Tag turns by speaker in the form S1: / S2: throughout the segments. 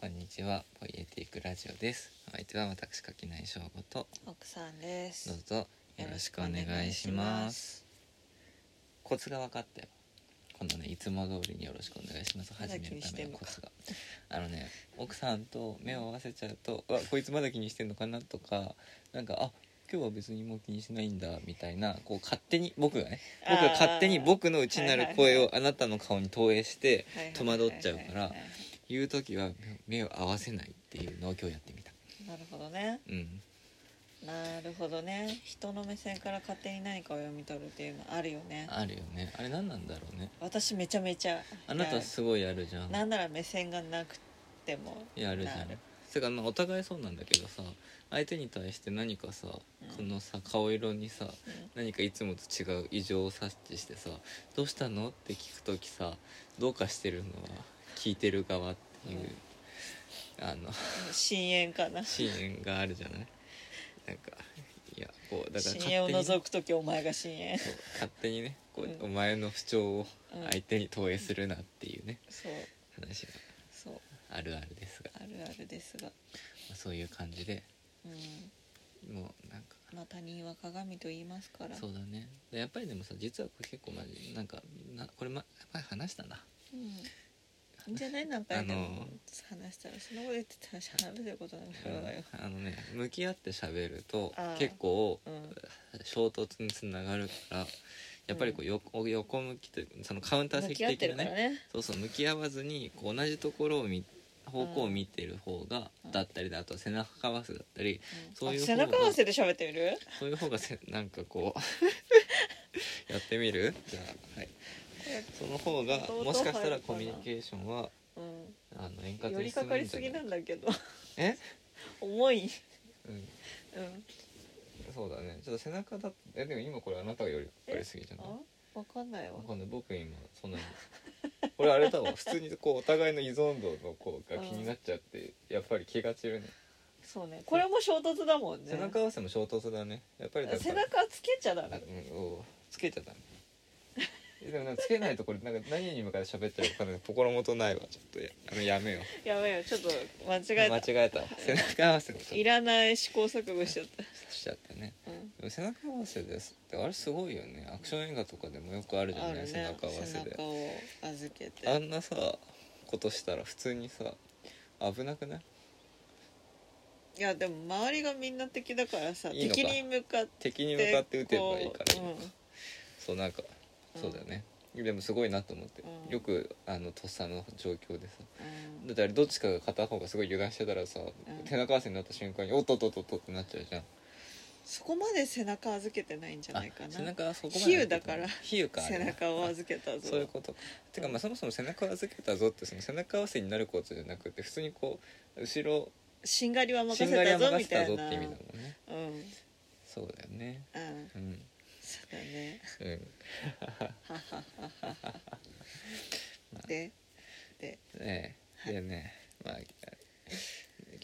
S1: こんにちはポイエティックラジオですお相手は私垣内翔吾と
S2: 奥さんです
S1: どうぞよろしくお願いしますコツが分かったよこのねいつも通りによろしくお願いします
S2: まだ
S1: 始めるためのコツが
S2: 気
S1: あのね奥さんと目を合わせちゃうとうわこいつまだ気にしてんのかなとかなんかあ今日は別にもう気にしないんだみたいなこう勝手に僕がね僕が勝手に僕の内なる声をあなたの顔に投影して戸惑っちゃうから
S2: はいはいはいはい
S1: 言う時は目を合わせないっていうのを今日やってみた
S2: なるほどね
S1: うん
S2: なるほどね人の目線から勝手に何かを読み取るっていうのあるよね
S1: あるよねあれ何なんだろうね
S2: 私めちゃめちゃ
S1: あなた
S2: や
S1: すごいやるじゃん
S2: なんなら目線がなくても
S1: やるじゃ
S2: なんる
S1: てかまあお互いそうなんだけどさ相手に対して何かさ、
S2: うん
S1: このさ顔色にさ
S2: うん
S1: 何かいつもと違う異常を察知してさ「どうしたの?」って聞く時さどうかしてるのは聞いてる側っていう、あの
S2: 深淵かな
S1: シーンがあるじゃないなんかいやこうだから
S2: 深淵を
S1: 勝手に
S2: 覗く時お前が深淵
S1: そう勝手にねこう、
S2: うん
S1: お前の不調を
S2: うん
S1: 相手に投影するなっていうね
S2: そう
S1: 話が
S2: そう
S1: あるあるですが、
S2: あるあるですが
S1: まあそういう感じで
S2: うん
S1: もうなんか
S2: まあ他人は鏡と言いますから
S1: そうだねでやっぱりでもさ実はこれ結構まじなんかなこれ、ま、前話したな
S2: うんいいんじゃないなんか
S1: あのー
S2: でも話したらそのこと言ってたら話せることなんか
S1: あ
S2: わ
S1: の
S2: よ
S1: あのね向き合って喋ると
S2: あー
S1: 結構
S2: うん
S1: 衝突につながるからやっぱりこう横,、横向きというそのカウンター
S2: 向
S1: 席
S2: き合っ
S1: 的
S2: て
S1: な
S2: るか
S1: ね
S2: らね
S1: そうそう向き合わずにこう同じところを見方向を見てる方が
S2: うん
S1: だったりだあとは背中合わせだったり
S2: うん
S1: そういう方
S2: あ背
S1: が
S2: 中合わせで喋ってみる
S1: そういう方がせなんかこ うやってみるじゃあ、はい、その方が
S2: 相当
S1: もしかした
S2: 入
S1: ら
S2: るか
S1: コ
S2: な
S1: ミュニケーションは
S2: うん
S1: あの円滑
S2: 寄
S1: に
S2: り
S1: 進
S2: か
S1: む
S2: か
S1: ん
S2: り
S1: じゃな
S2: すぎ
S1: い
S2: なんだけど
S1: え、
S2: 重い
S1: うん、
S2: うん
S1: そうだねちょっと背中だえでも今これあなたが寄りかかりすぎじゃない
S2: あわかんないわ
S1: わかんない僕今そんなにこれあれ多分普通にこうお互いの依存度のこうが気になっちゃってやっぱり気が散るね
S2: そうねこれも衝突だもんね
S1: 背中合わせも衝突だねやっぱりだから
S2: 背中つけちゃダ
S1: あ
S2: メ
S1: うんおうつけちゃダメえでもなんかつけないとこれなんか何に向かって喋ってるか分かんない心もとないわちょっとやあのやめよう
S2: やべえよちょっと間
S1: 間
S2: 違えた
S1: 違えた背中合わせもちょ
S2: い
S1: っ
S2: らない試行錯誤しちゃっ
S1: としちゃったね
S2: た、うん
S1: でも背中合わせですってあれすごいよねアクション映画とかでもよくあるじゃ
S2: あ
S1: な
S2: る
S1: い、
S2: ね
S1: 背中合わせ
S2: 背
S1: で
S2: 中を預けて
S1: あんなさことしたら普通にさ危なくない
S2: いやでも周りがみんな敵だからさ
S1: いいのか
S2: 敵に向かって
S1: 敵に向かって撃てばいいからいい
S2: こ
S1: そうなんか
S2: うん
S1: そうだよねでもすごいなと思って
S2: うん
S1: よくあのとっさの状況でさ
S2: ううん
S1: だってあれどっちかが片方がすごい油断してたらさ、
S2: ん
S1: 手中合わせになった瞬間に「おっとっとっとっと」ってなっちゃうじゃん
S2: そこまで背中預けてないんじゃないかな
S1: 背中はそこまで
S2: 比喩だから
S1: 比喩かあれ
S2: 背中を預けたぞ
S1: そういうことかてかまあそもそも背中を預けたぞってその背中合わせになることじゃなくて普通にこう後ろ
S2: しんがりは任
S1: しん
S2: せ
S1: がり
S2: た
S1: は
S2: ぞ
S1: 任
S2: み
S1: せた
S2: た
S1: ぞ
S2: い
S1: って
S2: な
S1: 意味だもんね
S2: うんうん
S1: そうだよねうん
S2: そうだね
S1: うん
S2: でで
S1: ねえでねまあ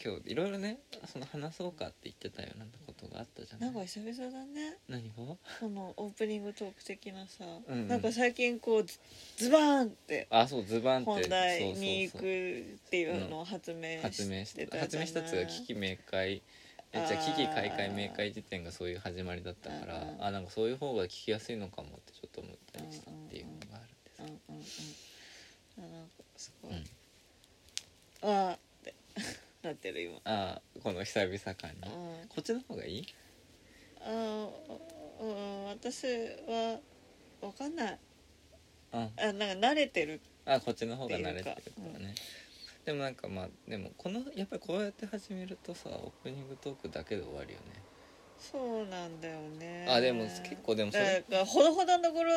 S1: 今日いろいろねその話そうかって言ってたようなことがあったじゃな
S2: ないんか久々だね
S1: 何が
S2: このオープニングトーク的なさ、
S1: うんうん
S2: なんか最近こうズズバーンって
S1: あそうズバンって
S2: 本題に行
S1: そ
S2: く
S1: う
S2: っ
S1: そう
S2: ていうのを発明
S1: そう発明
S2: し
S1: してた
S2: た
S1: 発
S2: じゃ
S1: 明
S2: ない
S1: したつが危機明快えじゃあ
S2: あ
S1: 危
S2: ー
S1: 機開会明快時点がそういう始まりだったから
S2: うんうん
S1: あなんかそういう方が聞きやすいのかもってちょっと思ったりしたっていうのがあるんです
S2: うんうんうんあなんかすごい、
S1: うん
S2: ああって なってる今
S1: あーこの久々感に
S2: あー
S1: こっちの方がいい
S2: あーうん私はわかんない
S1: うん
S2: あなんか慣れてる
S1: あこっちの方が慣れてるから
S2: っていうかう
S1: ね、でもなんかまあでもこのやっぱりこうやって始めるとさオープニングトークだけで終わるよね
S2: そうなんだよね
S1: あでも結構でもそれ
S2: だからほどほどのところ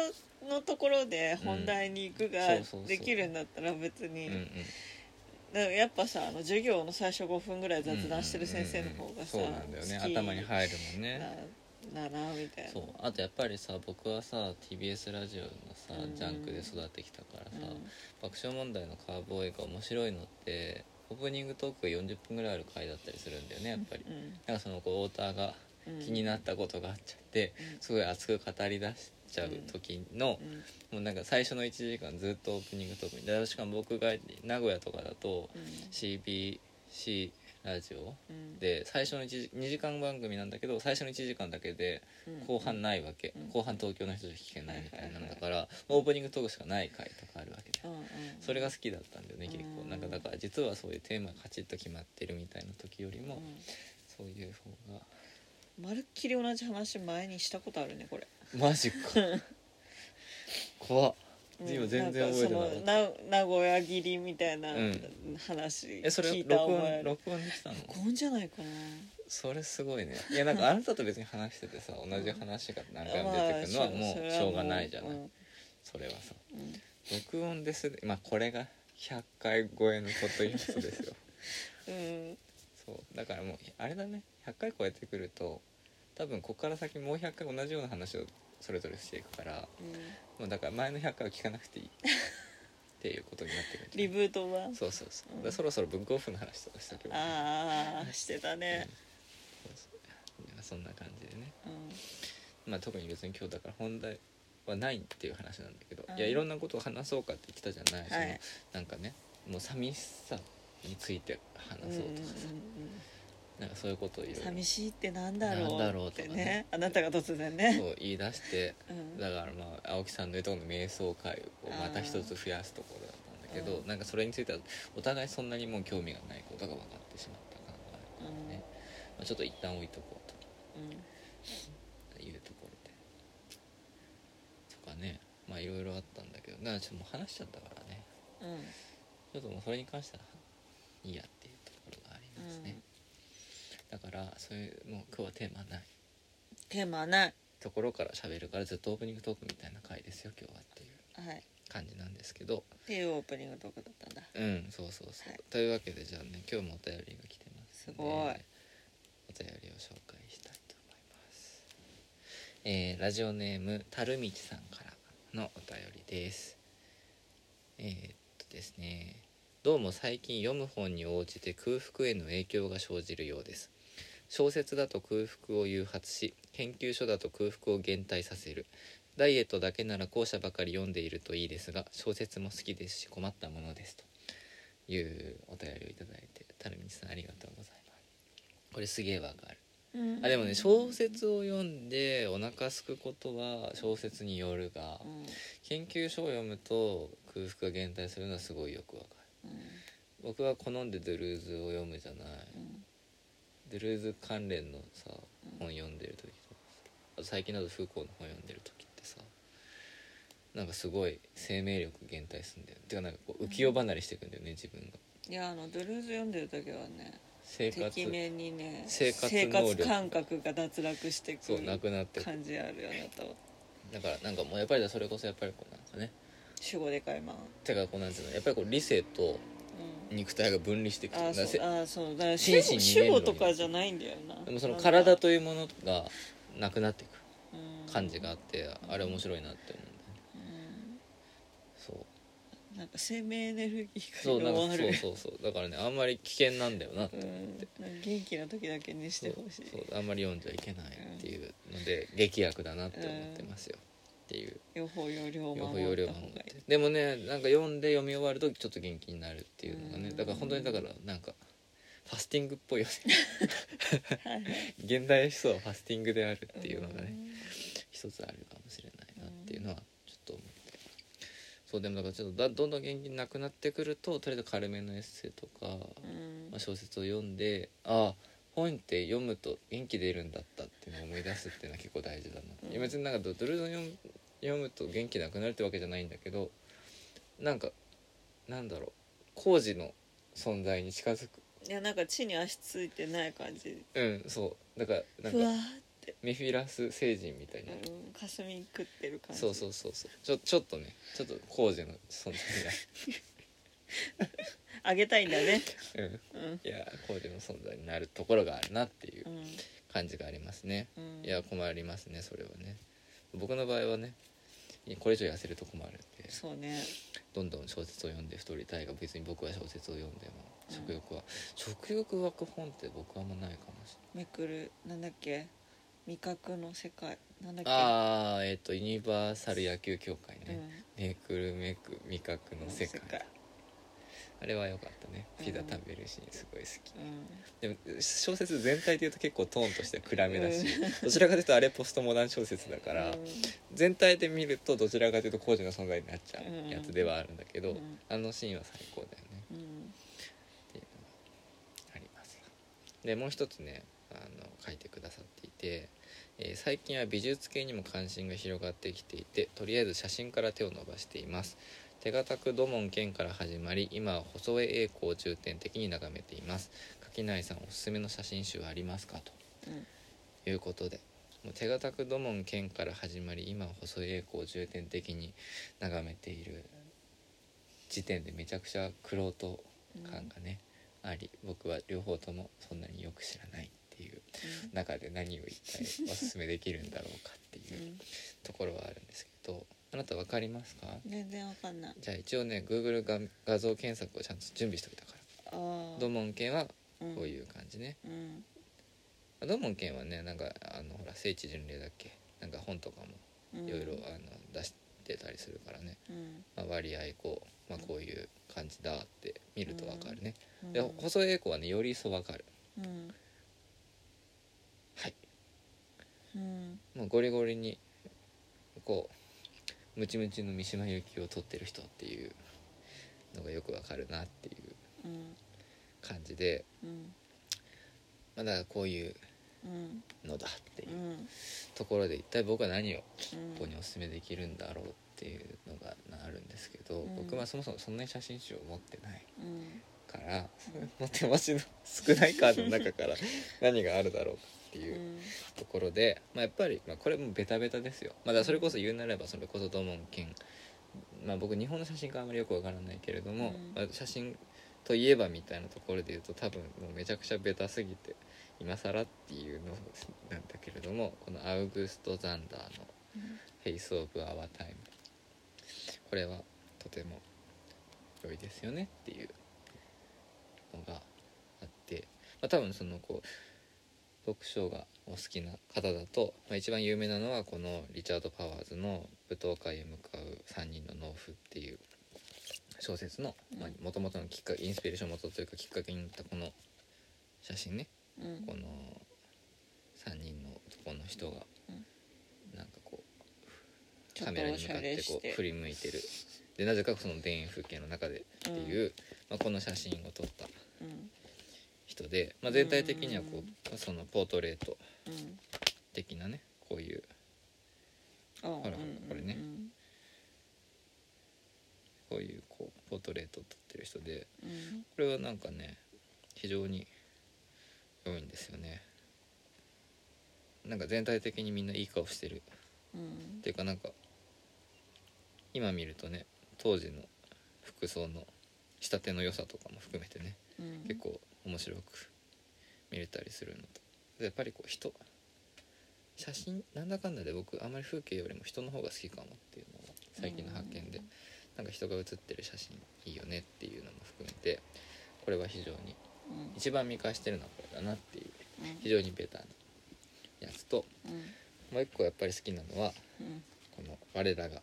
S2: のところで本題に行くが
S1: うんそうそうそう
S2: できるんだったら別に、
S1: うんうん
S2: だからやっぱさあの授業の最初5分ぐらい雑談してる先生の方がさ、
S1: うんうんうんそうなんだよね
S2: 好き
S1: 頭に入るもんね
S2: なだなみたいな
S1: そうあとやっぱりさ僕はさ TBS ラジオのさ、
S2: うん
S1: ジャンクで育ってきたからさ、
S2: うん
S1: 爆笑問題のカーボーイが面白いのってオープニングトークが40分ぐらいある回だったりするんだよねやっぱり、なんかそのこう太田が
S2: うん
S1: 気になったことがあっちゃって、
S2: うん
S1: すごい熱く語りだしちゃう時の、
S2: うん
S1: もうなんか最初の1時間ずっとオープニングトークにでしかも僕が名古屋とかだと
S2: うん
S1: CBC ラジオ
S2: うん
S1: で最初の1時2時間番組なんだけど最初の1時間だけで
S2: うん
S1: 後半ないわけ、
S2: うん
S1: 後半東京の人しか聞けないみたいなのだからオープニングトークしかない回とかあるわけで
S2: うんうん
S1: それが好きだったんだよね結
S2: う
S1: 構
S2: ん
S1: なんかだから実はそういうテーマがカチッと決まってるみたいな時よりもそういう方が
S2: うんまるっきり同じ話前にしたことあるねこれ
S1: マ ジか怖っ今全然覚えてなかった
S2: なんかそのな名古屋切りみたいな
S1: うん
S2: 話
S1: えそれ
S2: 聞いた
S1: 録
S2: お前
S1: 音録音できたの
S2: 録音じゃないかな
S1: それすごいねいやなんかあなたと別に話しててさ同じ話が何回も出てくる のはもうしょうがないじゃない、
S2: うん
S1: それはさ
S2: うん
S1: 録音ですでまあこれが100回超えのポッドキャストです よ
S2: うん
S1: そうだからもうあれだね100回超えてくると多分ここから先もう100回同じような話をそれぞれしていくから
S2: うん
S1: もうだから前の100回は聞かなくていいっていうことになってくるんじゃない
S2: リブート版
S1: そうそうそう、
S2: うん
S1: だからそろそろブックオフの話とかしたけど
S2: ああしてたね
S1: そうそうそんな感じでね
S2: うん
S1: まあ特に別に今日だから本題はないっていう話なんだけど、
S2: うん
S1: いやいろんなことを話そうかって言ってたじゃない、
S2: はい
S1: そのなんかねもう寂しさについて話
S2: うんうん
S1: そう
S2: うん
S1: とかさ、なんかそういうことをいろいろ
S2: 寂しいってなんだろ
S1: なんだろ
S2: う
S1: う
S2: っ
S1: とか
S2: て
S1: ね
S2: ねあなたが突然
S1: そ
S2: ね
S1: う言い出して
S2: うん
S1: だからまあ青木さんの言うとこの瞑想会をまた一つ増やすところだったんだけど、
S2: うん
S1: なんかそれについてはお互いそんなにもう興味がないことが分かってしまった感があるからね、まあ、ちょっと一旦置いとこうと
S2: うん
S1: いうところでとかねまあいろいろあったんだけどなんかちょっともう話しちゃったからね
S2: うん
S1: ちょっともうそれに関してはいいやっていうところがありますね、だからそういうもう今日はテーマない
S2: テーマはない
S1: ところから喋るからずっとオープニングトークみたいな回ですよ今日はっていう
S2: はい
S1: 感じなんですけど
S2: っていうオープニングトークだったんだ
S1: うんそうそうそう、
S2: はい
S1: というわけでじゃあね今日もお便りが来てます
S2: す
S1: んで
S2: ごい
S1: お便りを紹介したいと思いますえーラジオネームたるみちさんからのお便りですえーっとですねどうも最近読む本に応じて空腹への影響が生じるようです小説だと空腹を誘発し研究所だと空腹を減退させるダイエットだけなら後者ばかり読んでいるといいですが小説も好きですし困ったものですというお便りをいただいてたるみさんありがとうございますこれすげえわかる
S2: うん
S1: あでもね小説を読んでお腹空くことは小説によるが
S2: うん
S1: 研究書を読むと空腹が減退するのはすごいよくわかる
S2: うん
S1: 僕は好んでドゥルーズを読むじゃない
S2: うん
S1: ドゥルーズ関連のさ
S2: うん
S1: 本読んでる時とかさあと最近だとフーコーの本読んでる時ってさなんかすごい生命力減退するんだよてかなんかこう浮世離れしていくんだよね自分が
S2: いやあのドゥルーズ読んでる時はね
S1: 生
S2: て
S1: 活
S2: きめんにね
S1: 生活能力
S2: 生活感覚が脱落してく
S1: そうな
S2: る
S1: くなってく
S2: 感じあるよねと
S1: だからなんかもうやっぱりそれこそやっぱりこうなんかね
S2: 主語でかいまん
S1: てかこうなんていうのやっぱりこう理性と
S2: うん
S1: 肉体が分離していく
S2: あ
S1: だ
S2: ー
S1: からせ
S2: そうあーそうだから
S1: 心身
S2: 主語
S1: に
S2: 主
S1: 言えんの
S2: 語
S1: に
S2: とかじゃないんだよな
S1: でもその
S2: なんか
S1: 体というものがなくなってい
S2: うん
S1: く感じがあってあれ面白いなって思うんだよね
S2: う
S1: そ
S2: ん
S1: う
S2: なんか生命エネルギ
S1: そ
S2: ー
S1: う
S2: が
S1: なんか
S2: 弱
S1: そう
S2: る
S1: そうそうだからねあんまり危険なんだよなって
S2: うんなんか元気な時だけにしてほしい
S1: そうそうあんまり読んじゃいけないっていうので劇薬だなって思ってますよ、っていう
S2: 予報要領を
S1: 両方
S2: 守
S1: 容
S2: っ
S1: 量
S2: た
S1: が
S2: 方
S1: 持っ
S2: がい
S1: てでもねなんか読んで読み終わるとちょっと元気になるっていうのがね
S2: うん
S1: だから本当にだからなんかファスティングっぽいよね
S2: いはい
S1: 現代思想はファスティングであるっていうのがね
S2: ん
S1: 一つあるかもしれないなっていうのはちょっと思ってそうでもだからちょっとだどんどん元気なくなってくるととりあえず軽めのエッセイとか、
S2: うん
S1: まあ、小説を読んでああ本って読むと元気出るんだったっていうのを思い出すっていうのは結構大事だな、
S2: うん
S1: いや別になんかドドルの読む読むと元気なくなるってわけじゃないんだけどなんかなんだろう工事の存在に近づく
S2: いやなんか地に足ついてない感じ
S1: うんそうだから
S2: ふわ
S1: なん
S2: ー
S1: か
S2: って、
S1: メフィラス星人みたいになる、
S2: うん、霞食ってる感じ
S1: そうそうそうそうちょちょっとねちょっと工事の存在
S2: あげたいん だね
S1: になる、
S2: うん
S1: うん、いや工事の存在になるところがあるなっていう
S2: うん
S1: 感じがありますね、
S2: うん
S1: いや困りますねそれはね僕の場合はねいやこれ以上痩せると困るんで
S2: そうね
S1: どんどん小説を読んで太りたいが別に僕は小説を読んでも
S2: うん
S1: 食欲は、食欲湧く本って僕はあんまないかもし
S2: めくるなんだっけ味覚の世界なんだっけ
S1: ああえっ、とユニバーサル野球協会
S2: う
S1: ね、
S2: ん
S1: めくるめく味覚の世界
S2: 世界
S1: あれは良かったねピザ
S2: うん
S1: 食べるシーンすごい好き、
S2: うん
S1: でも小説全体でいうと結構トーンとしては暗めだし、どちらかというとあれポストモダン小説だから、
S2: うん
S1: 全体で見るとどちらかというと工事の存在になっちゃ
S2: うん
S1: うやつではあるんだけど、
S2: うん
S1: あのシーンは最高だよね
S2: うん
S1: っていうのがありますでもう一つねあの書いてくださっていて、えー最近は美術系にも関心が広がってきていてとりあえず写真から手を伸ばしています手堅く土門健から始まり今は細江栄子を重点的に眺めています柿内さんおすすめの写真集はありますかと
S2: うん
S1: ということでもう手堅く土門健から始まり今は細い栄光を重点的に眺めている時点でめちゃくちゃ玄人感がね、あり僕は両方ともそんなによく知らないっていう中で何を一体おすすめできるんだろうかって
S2: う
S1: いうんところはあるんですけどあなた分かりますか
S2: 全然わかんない
S1: じゃあ一応ね Google が画像検索をちゃんと準備しておいたか
S2: あ
S1: ら
S2: ー
S1: 土門健は
S2: うん
S1: こういう感じね、
S2: うん
S1: 土門健はねなんかあのほら聖地巡礼だっけなんか本とかも
S2: うん
S1: いろいろあの出してたりするからね、
S2: うん
S1: まあ、割合こう、まあ、こういう感じだって見るとわかるね、
S2: うん
S1: で細い英子はねより一層わかる
S2: うん
S1: はい
S2: うん
S1: もうゴリゴリにこうムチムチの三島由紀夫を撮ってる人っていうのがよくわかるなっていう
S2: うん
S1: 感じで、
S2: うん
S1: まあ、だからこういう
S2: うん
S1: のだっていううんところで一体僕は何を
S2: うん
S1: ここにおすすめできるんだろうっていうのがあるんですけど、
S2: うん
S1: 僕はそもそもそんなに写真集を持ってない
S2: うん
S1: から持って持ちの少ないカードの中から何があるだろうかって
S2: う
S1: いうんところで、まあ、やっぱり、まあ、これもベタベタですよ、まあ、だからそれこそ言うなればそれこそ土門健、まあ、僕日本の写真家あんまりよくわからないけれども、
S2: うん
S1: まあ、写真といえばみたいなところで言うと多分もうめちゃくちゃベタすぎて今更っていうのなんだけれどもこのアウグスト・ザンダーの「フェイス・オブ・アワー・タイム」これはとても良いですよねっていうのがあって、まあ、多分そのこう読書がお好きな方だと、まあ、一番有名なのはこのリチャード・パワーズの「舞踏会へ向かう3人の農夫」っていう小説の
S2: うん
S1: もともとのきっかけインスピレーション元というかきっかけになったこの写真ね
S2: うん
S1: この3人の男の人が
S2: うん
S1: なんかこう
S2: ちょ
S1: カ
S2: っ
S1: メラ
S2: と
S1: に
S2: お
S1: 向
S2: し
S1: か
S2: ゃ
S1: っ
S2: れ
S1: て
S2: し
S1: こ
S2: て
S1: う振り向いてるでなぜかその田園風景の中でっていう、まあ、この写真を撮った
S2: うん
S1: 人で、まあ、全体的にはこ
S2: うん
S1: うそのポートレート
S2: うん
S1: 的なねこういう
S2: あ
S1: ほら
S2: うんうん
S1: これね
S2: うん
S1: こういうこうポートレートを撮ってる人で
S2: うん
S1: これはなんかね非常に良いんですよねなんか全体的にみんないい顔してる
S2: うん
S1: っていうかなんか今見るとね当時の服装の仕立ての良さとかも含めてね
S2: うん
S1: 結構面白く見れたりするのとでやっぱりこう人写真なんだかんだで僕あまり風景よりも人の方が好きかもっていうのが最近の発見でなんか人が写ってる写真いいよねっていうのも含めてこれは非常に
S2: うんうん
S1: 一番見返してるのはこれだなっていう非常にベタなやつと
S2: うん
S1: もう一個やっぱり好きなのは
S2: うん
S1: この我らが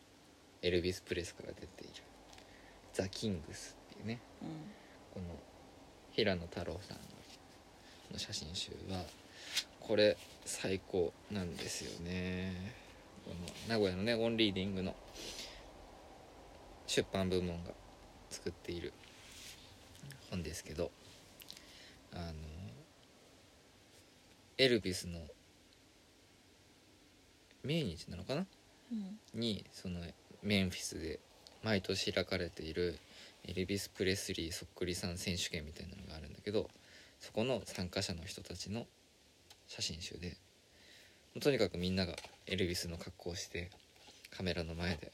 S1: エルビス・プレスから出ている「ザ・キングス」っていうね
S2: うん
S1: この平野太郎さんの写真集はこれ最高なんですよねこの名古屋のねオンリーディングの出版部門が作っている本ですけどあのエルビスの命日なのかな
S2: うん
S1: にそのメンフィスで毎年開かれているエルビス・プレスリーそっくりさん選手権みたいなのがあるんだけどそこの参加者の人たちの写真集でとにかくみんながエルビスの格好をしてカメラの前で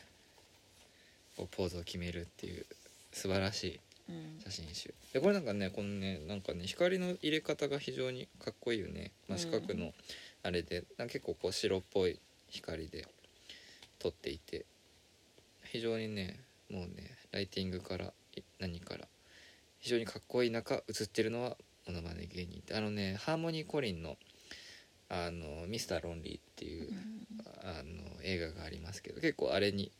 S1: こうポーズを決めるっていう素晴らしい
S2: うん
S1: 写真集でこれなんかねこのねなんかね光の入れ方が非常にかっこいいよね、まあ、
S2: うん
S1: 四角のあれで、なんか結構こう白っぽい光で撮っていて非常にねもうねライティングからい何から非常にかっこいい中写ってるのはモノマネ芸人ってあのねハーモニー・コリンのあの「ミスターロンリー」っていううんあの映画がありますけど結構あれに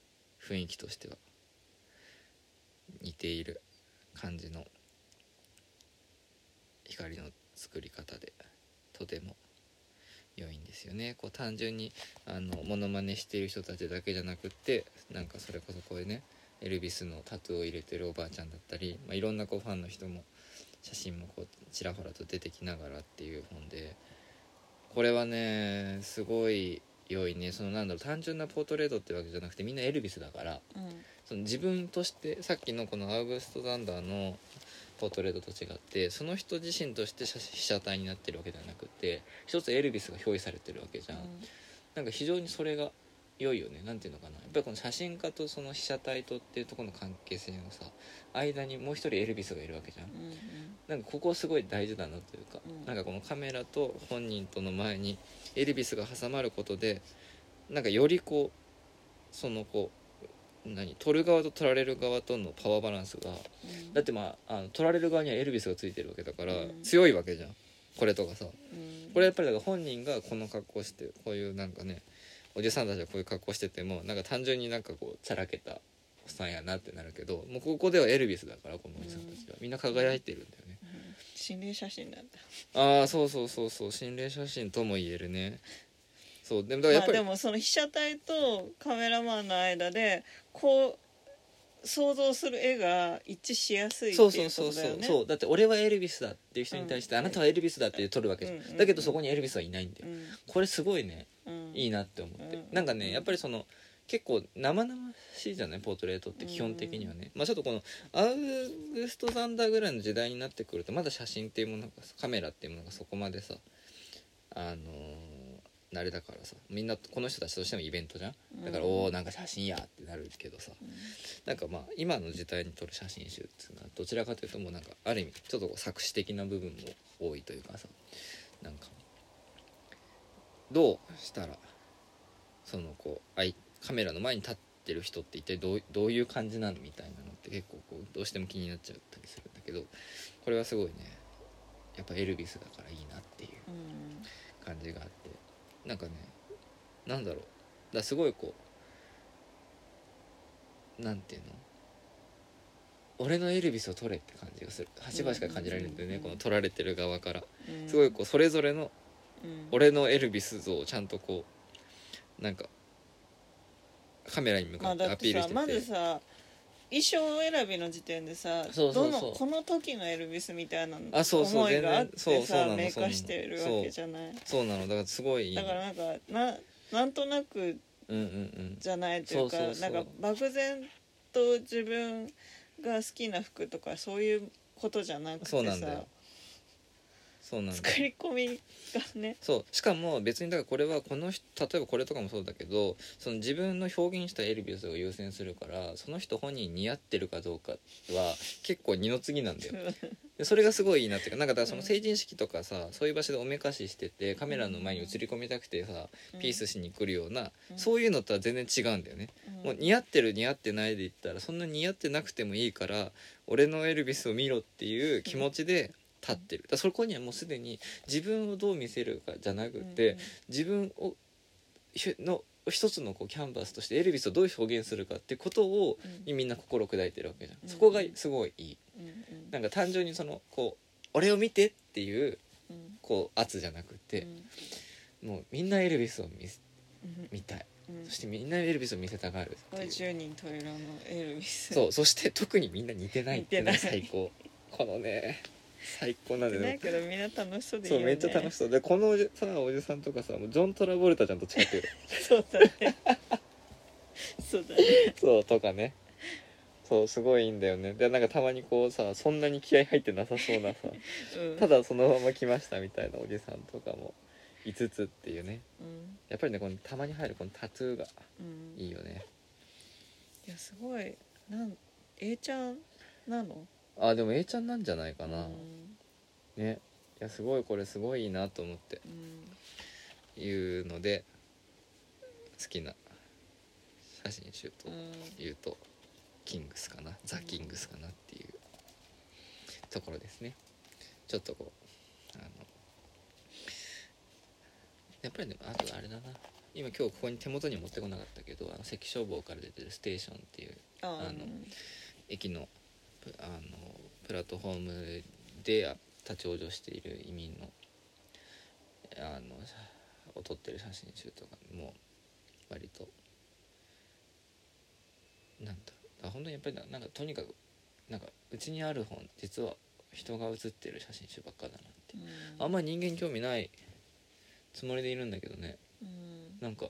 S1: 雰囲気としては似ている感じの光の作り方でとても良いんですよねこう単純にあのモノマネしている人たちだけじゃなくってなんかそれこそこういうねエルビスのタトゥーを入れてるおばあちゃんだったり、まあ、いろんなこうファンの人も写真もこうちらほらと出てきながらっていう本でこれはねすごい良いねそのなんだろう単純なポートレートってわけじゃなくてみんなエルビスだから
S2: うん
S1: その自分としてさっきのこのアウグスト・ザンダーのポートレートと違ってその人自身として写被写体になってるわけではなくて一つエルビスが表意されてるわけじゃん、なんか非常にそれが良いよねなんていうのかなやっぱりこの写真家とその被写体とっていうところの関係性のさ間にもう一人エルビスがいるわけじゃん
S2: うんうん
S1: なんかここすごい大事だなというか、
S2: うん
S1: なんかこのカメラと本人との前にエルビスが挟まることでなんかよりこうそのこう何撮る側と撮られる側とのパワーバランスが
S2: うん
S1: だってまああの撮られる側にはエルビスがついてるわけだから
S2: うん
S1: 強いわけじゃんこれとかさ
S2: うん
S1: これやっぱりだから本人がこの格好してこういうなんかねおじさんたちがこういう格好しててもなんか単純になんかこうちゃらけたおっさんやなってなるけどもうここではエルビスだからこのおじさんたちはみんな輝いてるんだよね
S2: うん心霊写真なんだ
S1: ああそうそうそうそう心霊写真とも言えるねそうでもだからやっぱ
S2: ま
S1: り、
S2: あ、でもその被写体とカメラマンの間でこう想像する絵が一致しやすいって
S1: そ
S2: いうう
S1: そうそう
S2: こと
S1: そ
S2: だ
S1: う
S2: よね
S1: そうだって俺はエルビスだっていう人に対して、
S2: うん
S1: あなたはエルビスだって撮るわけじゃん、
S2: うんうん
S1: だけどそこにエルビスはいないんだよ、
S2: うん
S1: これすごいね
S2: うん
S1: いいなって思って、
S2: うん
S1: なんかねやっぱりその結構生々しいじゃないポートレートって基本的にはね、まあちょっとこのアウグスト・ザンダーぐらいの時代になってくるとまだ写真っていうものがカメラっていうものがそこまでさあのー慣れだからさみんなこの人たちとしてもイベントじゃんだから、
S2: うん
S1: おおーなんか写真やってなるけどさ
S2: うん
S1: なんかまあ今の時代に撮る写真集っていうのはどちらかというともうなんかある意味ちょっとこう作詞的な部分も多いというかさなんかどうしたらそのこうあいカメラの前に立ってる人って一体どうどういう感じなのみたいなのって結構こうどうしても気になっちゃったりするんだけどこれはすごいねやっぱエルビスだからいいなっていう
S2: うん
S1: 感じがあってなんかねなんだろうだからすごいこうなんていうの俺のエルビスを取れって感じがする端々から感じられるんだよね、
S2: うんうん
S1: こ
S2: うん
S1: の取られてる側から、
S2: うん
S1: すごいこうそれぞれの
S2: うん
S1: 俺のエルビス像をちゃんとこうなんかカメラに向
S2: ま
S1: か
S2: あ
S1: って
S2: だ
S1: ア
S2: っ
S1: ピ
S2: て
S1: ールし
S2: さ
S1: てて、
S2: まずさ衣装選びの時点でさ
S1: そうそうそう
S2: どのこの時のエルビスみたいなの
S1: あそうそう
S2: 思いがあっ
S1: 全然そ
S2: て
S1: うそうな
S2: さ
S1: の
S2: 明
S1: そうな
S2: 化
S1: の
S2: してるわけじゃない
S1: そうなのだからすごい
S2: だからなんかななんとなく
S1: うんうんうん
S2: じゃないというか
S1: そうそうそう
S2: なんか漠然と自分が好きな服とかそういうことじゃなくてさ
S1: そうなんだよそうなんだ
S2: 作り込みがね
S1: そうしかも別にだからこれはこの人例えばこれとかもそうだけどその自分の表現したエルビスを優先するからその人本人に似合ってるかどうかは結構二の次なんだ よでそれがすごいいいなっていうかなんかだからその成人式とかさそういう場所でおめかししててカメラの前に映り込みたくてさ ピースしに来るような
S2: うん
S1: そういうのとは全然違うんだよねもう似合ってる似合ってないで言ったらそんな似合ってなくてもいいから俺のエルビスを見ろっていう気持ちで立ってるだからそこにはもうすでに自分をどう見せるかじゃなくて自分をひの一つのこうキャンバスとしてエルビスをどう表現するかってことをにみんな心砕いてるわけじゃ
S2: うんん
S1: そこがすごいいい
S2: うんうんうん
S1: なんか単純にそのこう俺を見てっていう
S2: うん
S1: こう圧じゃなく
S2: う
S1: て
S2: ん
S1: もうみんなエルビスを見せ
S2: うん
S1: 見たい
S2: うん
S1: そしてみんなエルビスを見せたがるって
S2: こ
S1: い
S2: れ
S1: う
S2: 10人トイレのエルビス
S1: そうそして特にみんな似てないっていうのが
S2: 似てない
S1: 最高このね最高なんだよ
S2: だ
S1: ね
S2: けどみんな楽しそうでいい
S1: そ
S2: よ
S1: うめ
S2: ね
S1: っちゃ楽しそうでこのおじさおじさんとかさもうジョン・トラボルタちゃんと近く よ
S2: そうだねそうだね
S1: そうとかねそうすごいいいんだよねでなんかたまにこうさそんなに気合入ってなさそうなさ
S2: うん
S1: ただそのまま来ましたみたいなおじさんとかも5つっていうね
S2: うん
S1: やっぱりねこのたまに入るこのタトゥーが
S2: うん
S1: いいよね
S2: いやすごいなん A ちゃんなの
S1: あでも A ちゃんなんじゃないか
S2: か
S1: な、ねいやすごいこれすごいいいなと思っていうので好きな写真集というとキングスかなザ・キングスかなっていうところですねちょっとこうあのやっぱりでもあとあれだな今今日ここに手元に持ってこなかったけどあの関消防から出てるステーションっていう
S2: あ
S1: あ
S2: の
S1: の駅のプあのプラットホームであ立ち往生している移民のあの写を撮ってる写真集とかも割となんだろうだから本当にやっぱりななんかとにかくなんかうちにある本実は人が写ってる写真集ばっかだなって
S2: うん
S1: あんまり人間興味ないつもりでいるんだけどね
S2: うん
S1: なんか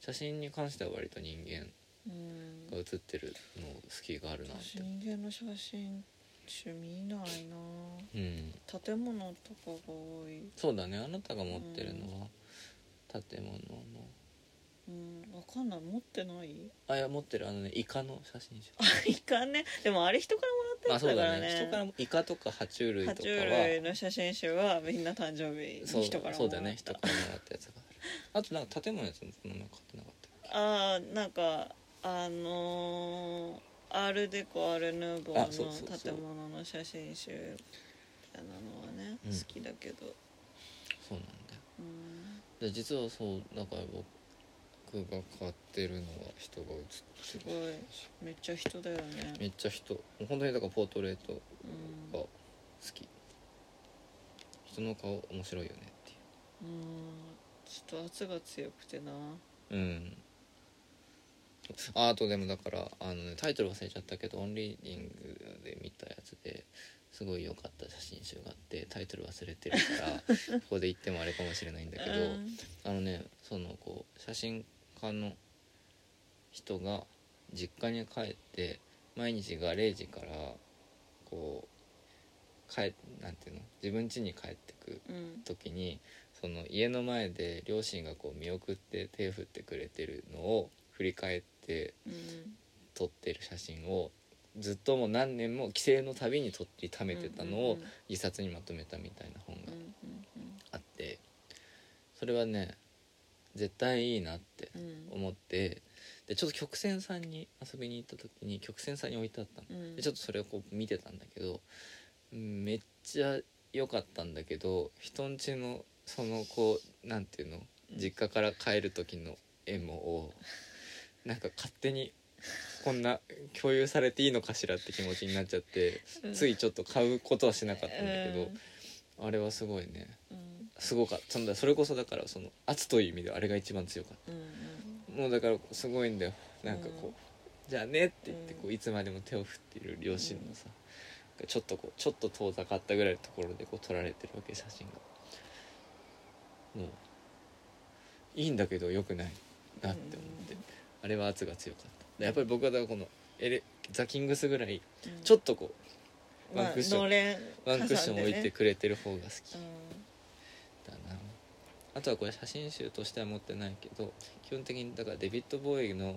S1: 写真に関しては割と人間
S2: うん
S1: が写ってるの好きがあるなって
S2: 私人間の写真趣味ないな
S1: うん
S2: 建物とかが多い、
S1: そうだねあなたが持ってるのは建物の
S2: うん、わかんない持ってない
S1: あいや持ってるあのねイカの写真集
S2: あイカねでもあれ人からもら
S1: あ
S2: って
S1: そ
S2: る
S1: うん
S2: だか
S1: だ
S2: ら
S1: ね人から
S2: ね
S1: もイカとか爬虫類
S2: 爬
S1: とか
S2: 虫類
S1: は
S2: の写真集はみんな誕生日
S1: そう
S2: に人からもらった
S1: そうだね人からもらったやつがあるあとなんか建物のやつもこの前買ってなかったっけ
S2: ああなんかあのー、アールデコアールヌーボ
S1: あそうそう
S2: ー
S1: そう
S2: の建物の写真集みたいなのはね、
S1: うん
S2: 好きだけど、
S1: そうなんだよ
S2: うん、
S1: で実はそうだから僕が買ってるのは人が写
S2: す
S1: って
S2: ご
S1: る
S2: いめっちゃ人だよね、
S1: めっちゃ人もう本当にだからポートレート
S2: うん
S1: が好き人の顔面白いよねっていう
S2: うんちょっと圧が強くてな
S1: うんああとでもだからあの、ね、タイトル忘れちゃったけどオンリーディングで見たやつですごい良かった写真集があってタイトル忘れてる からここで言ってもあれかもしれないんだけど、
S2: うん
S1: あのねそのこう写真家の人が実家に帰って毎日が0時からこう帰なんていうの自分家に帰ってく
S2: うん
S1: 時にその家の前で両親がこう見送って手振ってくれてるのを振り返って
S2: うん
S1: 撮ってる写真をずっともう何年も帰省の度に撮りためてたの
S2: う
S1: を
S2: んうん
S1: 一冊にまとめたみたいな本が
S2: うん
S1: あってそれはね絶対いいなって
S2: うんうん
S1: 思ってでちょっと曲線さんに遊びに行った時に曲線さんに置いてあったの
S2: うん
S1: でちょっとそれをこう見てたんだけどうんめっちゃ良かったんだけど人んちのそのこうなんていうの
S2: うん
S1: 実家から帰る時のエモをなんか勝手にこんな共有されていいのかしらって気持ちになっちゃって
S2: うん
S1: ついちょっと買うことはしなかったんだけどあれはすごいね
S2: うん
S1: すごかったそんだそれこそだからその圧という意味ではあれが一番強かった。
S2: うん
S1: もうだからすごいんだよなんかこう、
S2: うん
S1: じゃあねって言って
S2: うん
S1: こういつまでも手を振っている両親のさ、ちょっとこうちょっと遠ざかったぐらいのところでこう撮られてるわけ写真がもういいんだけどよくないなって思って、
S2: うん
S1: あれは圧が強かったでやっぱり僕はだからこのエレザ・キングスぐらい
S2: うん
S1: ちょっとこう
S2: ま
S1: ワ
S2: あ
S1: ンクッション、
S2: のれん
S1: ワンクッション置いて
S2: 挟んでね
S1: くれてる方が好き、
S2: うん
S1: だなあとはこれ写真集としては持ってないけど基本的にだからデビッド・ボーイの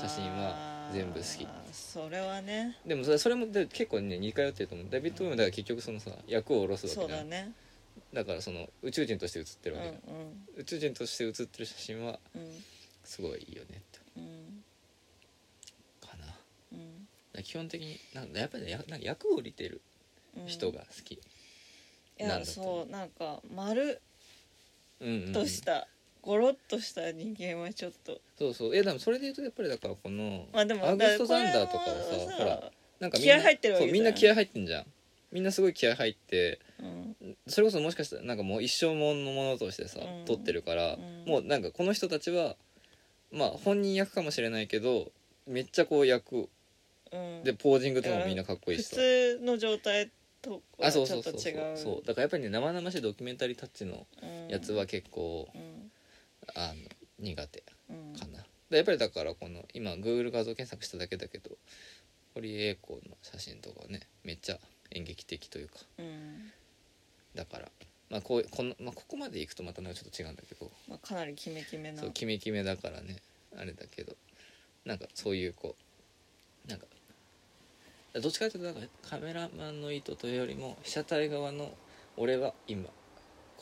S1: 写真は全部好き
S2: あーそれはね
S1: でもそれそれもで結構ね似通ってると思うデビッド・ボーイもだから結局そのさ役を下ろす
S2: そ
S1: わ
S2: う
S1: けだ
S2: だね
S1: だからその宇宙人として写って
S2: う
S1: る
S2: ん
S1: わけだ、宇宙人として写ってる写真は
S2: うんうん
S1: すごいいいよねって
S2: うん
S1: かなだか
S2: うん
S1: ら基本的になんだやっぱりねやなんか役を降りてる
S2: うん
S1: 人が好き、
S2: い
S1: なん
S2: や
S1: だと
S2: そうなんか丸
S1: うんうんうん
S2: っとしたゴロッとした人間はちょっと
S1: そうそうえでもそれで言うとやっぱりだからこの、
S2: まあでも
S1: アウグスト・ザ
S2: だ
S1: ン
S2: ら
S1: ダーとかは
S2: これ
S1: さほらなんかみん
S2: 気
S1: な
S2: 合入ってるわけ
S1: そうみんな
S2: じ
S1: 気
S2: ゃ
S1: 合入ってんじゃんみんなすごい気合入って
S2: うん
S1: それこそもしかしたらなんかもう一生ものものとしてさ、
S2: うん
S1: 撮ってるから、
S2: うん
S1: もうなんかこの人たちはまあ本人役かもしれないけどめっちゃこう役
S2: うん
S1: でポージングとかもみんなかっこいい
S2: 普
S1: しさ、
S2: 通の状態と
S1: あ
S2: はち
S1: そ
S2: ょ
S1: うそ
S2: っ
S1: うそ
S2: と
S1: うそう
S2: 違う
S1: そうだからやっぱりね生々しいドキュメンタリータッチの
S2: うん
S1: やつは結構、
S2: うん
S1: あの苦手
S2: うん
S1: かな、でやっぱりだからこの今 Google 画像検索しただけだけど堀江子の写真とかねめっちゃ演劇的というか
S2: うん
S1: だから、まあこうこのまあ、ここまで行くとまたなんかちょっと違うんだけど
S2: まあかなりキメキメな
S1: そうキメキメだからねあれだけどなんかそういうこうなんかどっちかというとだからカメラマンの意図というよりも被写体側の俺は今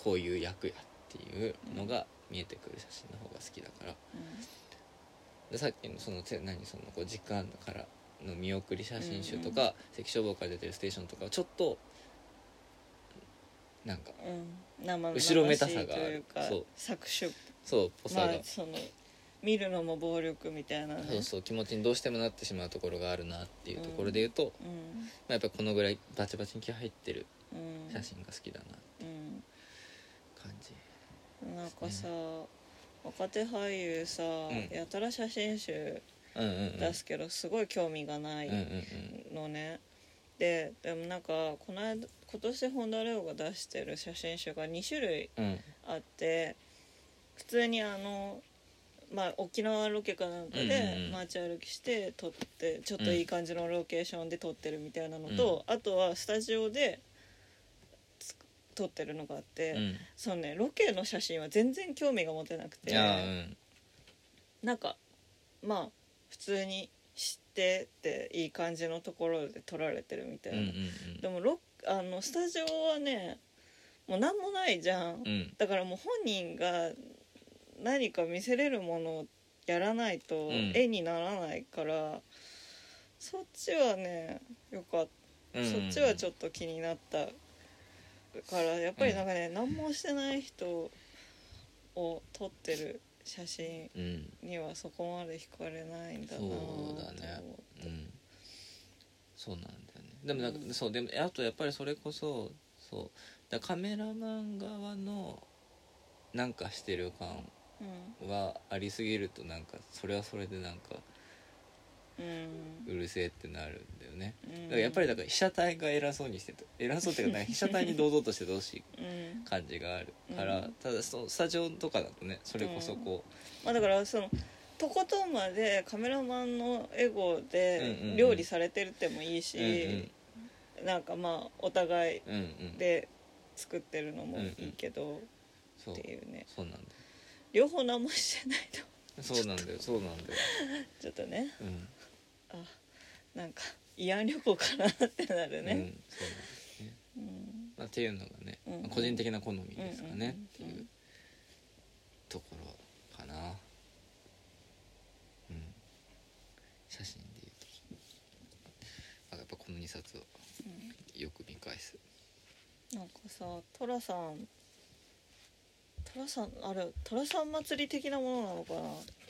S1: こういう役やっていうのが見えてくる写真の方が好きだからでさっきのそのて何そのこう時間からの見送り写真集とか、関消防から出てるステーションとかはちょっとなんか
S2: うん、生々しい
S1: 後ろめたさがある
S2: というか
S1: そう
S2: 搾取
S1: そうぽさ
S2: ま
S1: が、
S2: あその見るのも暴力みたいなね
S1: そうそう気持ちにどうしてもなってしまうところがあるなっていうところで言うと、
S2: うん
S1: まあ、やっぱこのぐらいバチバチに気入ってる
S2: うん
S1: 写真が好きだな感じ
S2: うん、なんかさ、若手俳優さ、
S1: ん
S2: やたら写真集
S1: うんうんうん
S2: 出すけどすごい興味がない
S1: うんうん
S2: のね、ででもなんかこの間今年本田レオが出してる写真集が2種類
S1: うんうん
S2: あって普通にあの、まあ、沖縄ロケかなん
S1: うん
S2: か
S1: うんう
S2: で
S1: ん
S2: 街歩きして撮ってちょっといい感じのロケーションで撮ってるみたいなのと、あとはスタジオでつ撮ってるのがあって、
S1: うん
S2: そのねロケの写真は全然興味が持てなくて、
S1: あーうん
S2: なんかまあ普通に知ってっていい感じのところで撮られてるみたい
S1: うん
S2: な。
S1: うん
S2: でもロあのスタジオはねもう何もないじゃん
S1: うんうん
S2: だからもう本人が何か見せれるものをやらないと
S1: ん
S2: 絵にならないから、そっちはねよかっ
S1: うんうん
S2: そっちはちょっと気になったからやっぱりなんかね、何もしてない人を撮ってる写真
S1: うん
S2: にはそこまで惹かれないんだなぁと思
S1: そう
S2: っ
S1: だ
S2: て
S1: ねうんそうなんだよねでもなんか、そうでもあとやっぱりそれこそそうだカメラマン側のなんかしてる感はありすぎるとなんかそれはそれでなんか
S2: うん
S1: うるせえってなるんだよね
S2: うん
S1: だからやっぱりだから被写体が偉そうにしてた偉そうっていうかなんか被写体に堂々としててほしい
S2: うん
S1: 感じがあるから、
S2: うん
S1: ただそのスタジオとかだとねそれこそこ
S2: まあ、だからそのとことんまでカメラマンのエ
S1: うんう
S2: ゴ
S1: んう
S2: で
S1: ん、
S2: 料理されてるってもいいうし、
S1: うんうん
S2: なんかまあお互い
S1: うんうん
S2: で作ってるのもいいけど、
S1: そう
S2: っていうね
S1: そうなんだよ
S2: 両方何もしてないと
S1: そうなんだよそうなんだよ、
S2: ちょっとね
S1: うん
S2: あなんか慰安旅行かなってなる
S1: うんそうなん
S2: ね。
S1: ですね、
S2: うん
S1: まあ、っていうのがね、
S2: うんうん
S1: まあ個人的な好みですかね、
S2: うんうんうん
S1: ってい
S2: うん
S1: うところかなうん写真でいうとあやっぱこの2冊を
S2: うん
S1: よく見返す
S2: なんかさ寅さん寅さんあれ寅さん祭り的なものなのか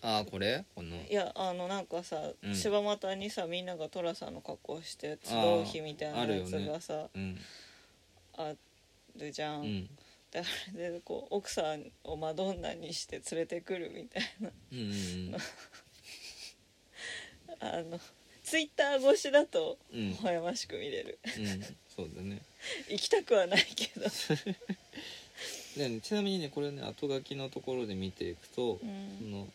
S2: な
S1: ああこれこの
S2: いやあのなんかさ、
S1: うん
S2: 柴又にさみんなが寅さんの格好して集う日みたいなやつがさ
S1: うん
S2: ある,、じゃ、
S1: うんん
S2: であれでこう奥さんをマドンナにして連れてくるみたい
S1: うん うん
S2: なあの ツイッター越しだと
S1: うんうん
S2: 微笑ましく見れる
S1: うんそうだね
S2: 行きたくはないけ ど、
S1: でちなみにねこれね後書きのところで見ていくと、
S2: う
S1: そ
S2: ん
S1: の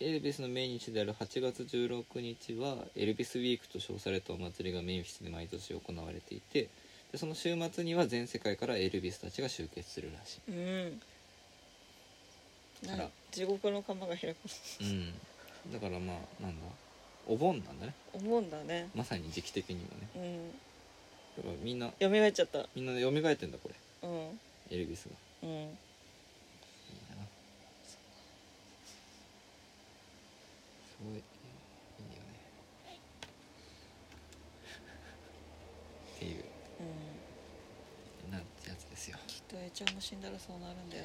S1: エルビスの命日である8月16日はエルビスウィークと称されたお祭りがメンフィスで毎年行われていてでその週末には全世界からエルビスたちが集結するらし
S2: うん、
S1: あら
S2: 地獄の釜が開く
S1: い、うん、だからまあなんだお盆なんだね
S2: 思うんだね
S1: まさに時期的にはね
S2: うん
S1: だからみんな
S2: 蘇っちゃった
S1: みんな蘇ってんだこ
S2: うん
S1: れエルビスが
S2: うん
S1: いいなすごいいいよねっていう
S2: うん
S1: なんてやつですよ、
S2: きっと A ちゃんも死んだらそうなるんだよ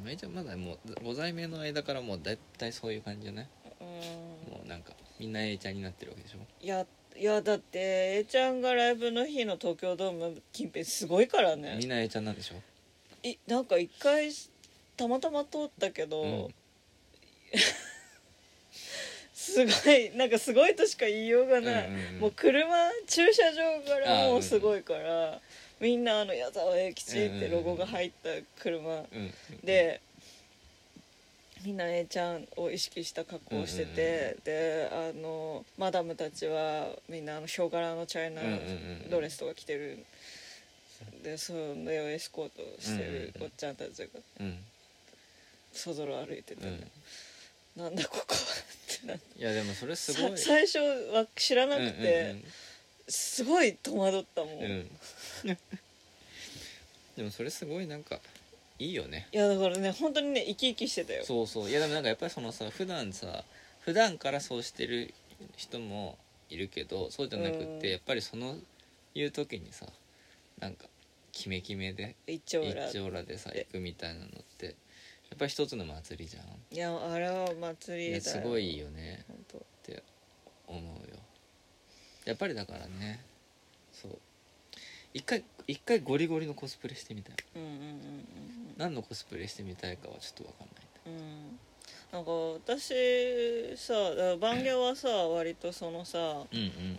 S1: うん、めいちゃんまだもうご在名の間からもうだいたいそういう感じじゃない、
S2: うん
S1: もうなんかみんな A ちゃんになってるわけでしょ
S2: いやいやだって A ちゃんがライブの日の東京ドーム近辺すごいからね
S1: みんな A ちゃんなんでしょ
S2: いなんか一回たまたま通ったけど、
S1: うん
S2: すごいなんかすごいとしか言いようがない、
S1: うんうんうん
S2: もう車駐車場か
S1: あ
S2: ら
S1: ー
S2: もうすごいから、みんなあの矢沢永吉ってロゴが入った車、
S1: うん
S2: でみんな A ちゃんを意識した格好をしてて、であのマダムたちはみんなあのヒョウ柄のチャイナ
S1: うんうんうん
S2: ドレスとか着てる、でそれをエスコートしてるおっちゃんたちが
S1: うん
S2: そぞろ歩いてて、
S1: うん
S2: なんだここはってなって
S1: いやでもそれす
S2: さ
S1: ごい
S2: 最初は知らなくて、すごい戸惑ったもん、
S1: うんうんうんう
S2: い
S1: んでもそれすごいなんかいいよね
S2: やだからね本当にね生き生きしてたよ
S1: そうそういやでもなんかやっぱりそのさ普段さ普段からそうしてる人もいるけどそうじゃなくっ
S2: うん
S1: てやっぱりそのいう時にさなんかキメキメで
S2: 一丁裏
S1: 一丁羅でさ行くみたいなのってやっぱり一つの祭りじゃん
S2: いやあれはお祭りだ
S1: い
S2: よ
S1: やすごいよね
S2: 本当
S1: って思うよやっぱりだからねそう一回一回ゴリゴリのコスプレしてみたい
S2: うんうんうんうん
S1: 何のコスプレしてみたいかはちょっと分かんないんだ
S2: うんなんか私さだから番業はさ割とそのさ
S1: うんうん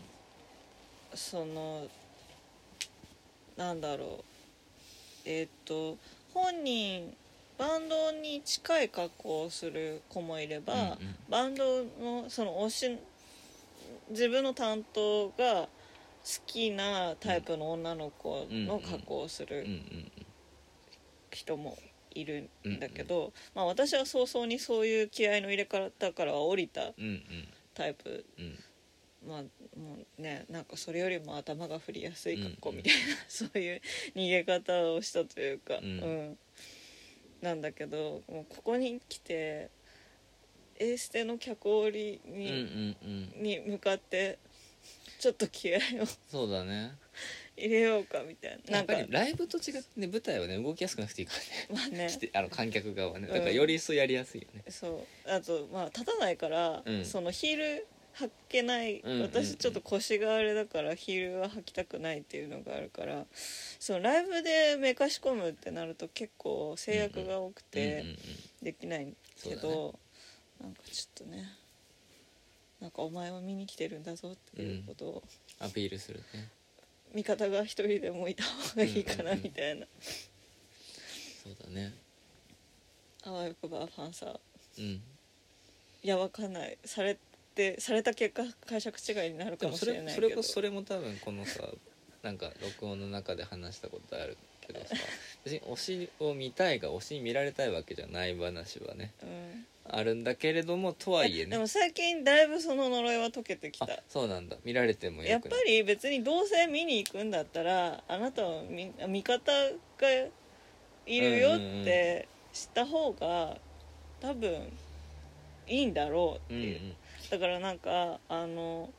S2: そのなんだろうえーっと本人バンドに近い格好をする子もいれば、
S1: うんうん
S2: バンドのその推し自分の担当が好きなタイプの女の子の加工をす
S1: うんう
S2: る
S1: ん
S2: 人もいるんだけど、まあ、私は早々にそういう気合の入れ方からは降りた
S1: うんうん
S2: タイプ
S1: うんうん
S2: まあもうねなんかそれよりも頭が振りやすい格好みたいな、そういう逃げ方をしたというか、
S1: う
S2: うんんなんだけどもうここに来てエーステの客折り
S1: うん
S2: に。
S1: うんうん
S2: に向かってちょっと気合を
S1: そうだね
S2: 入れようかみたい
S1: や
S2: なな
S1: っ
S2: ん
S1: ぱ
S2: か
S1: りライブと違ってね舞台はね動きやすくなくていいからね
S2: まあね
S1: 来てあの観客側はね
S2: うん
S1: だからより一層やりやすいよね
S2: そうあとまあ立たないから、
S1: うん
S2: そのヒール履けない、
S1: うんうんうん
S2: 私ちょっと腰があれだからヒールは履きたくないっていうのがあるからそのライブでめかし込むってなると結構制約が多く
S1: うんうんう
S2: て
S1: ん
S2: できないけど、なんかちょっとねなんかお前を見に来てるんだぞっていうことを、
S1: アピールするね
S2: 味方が一人でもいた方がいいかなみたいな
S1: そうだね
S2: あわよくばファンさ
S1: うん
S2: いやわかんないされてされた結果解釈違いになる
S1: で
S2: か
S1: も
S2: も
S1: そ
S2: しれ
S1: れ
S2: ない
S1: そ
S2: け
S1: れ
S2: ど
S1: こそそれも多分このさなんか録音の中で話したことあるけど さ別に推しを見たいが推しに見られたいわけじゃない話はね
S2: うん
S1: あるんだけれどもとはいえ
S2: で
S1: ね
S2: も最近だいぶその呪いは解けてき
S1: あ
S2: た
S1: そうなんだ見られても
S2: や
S1: よ
S2: っ
S1: く
S2: ぱ
S1: ない
S2: り別にどうせ見に行くんだったらあなたはみ味方がいるよって知った方が多分いいんだろう
S1: う
S2: っ
S1: ん
S2: ていうだからなんかあの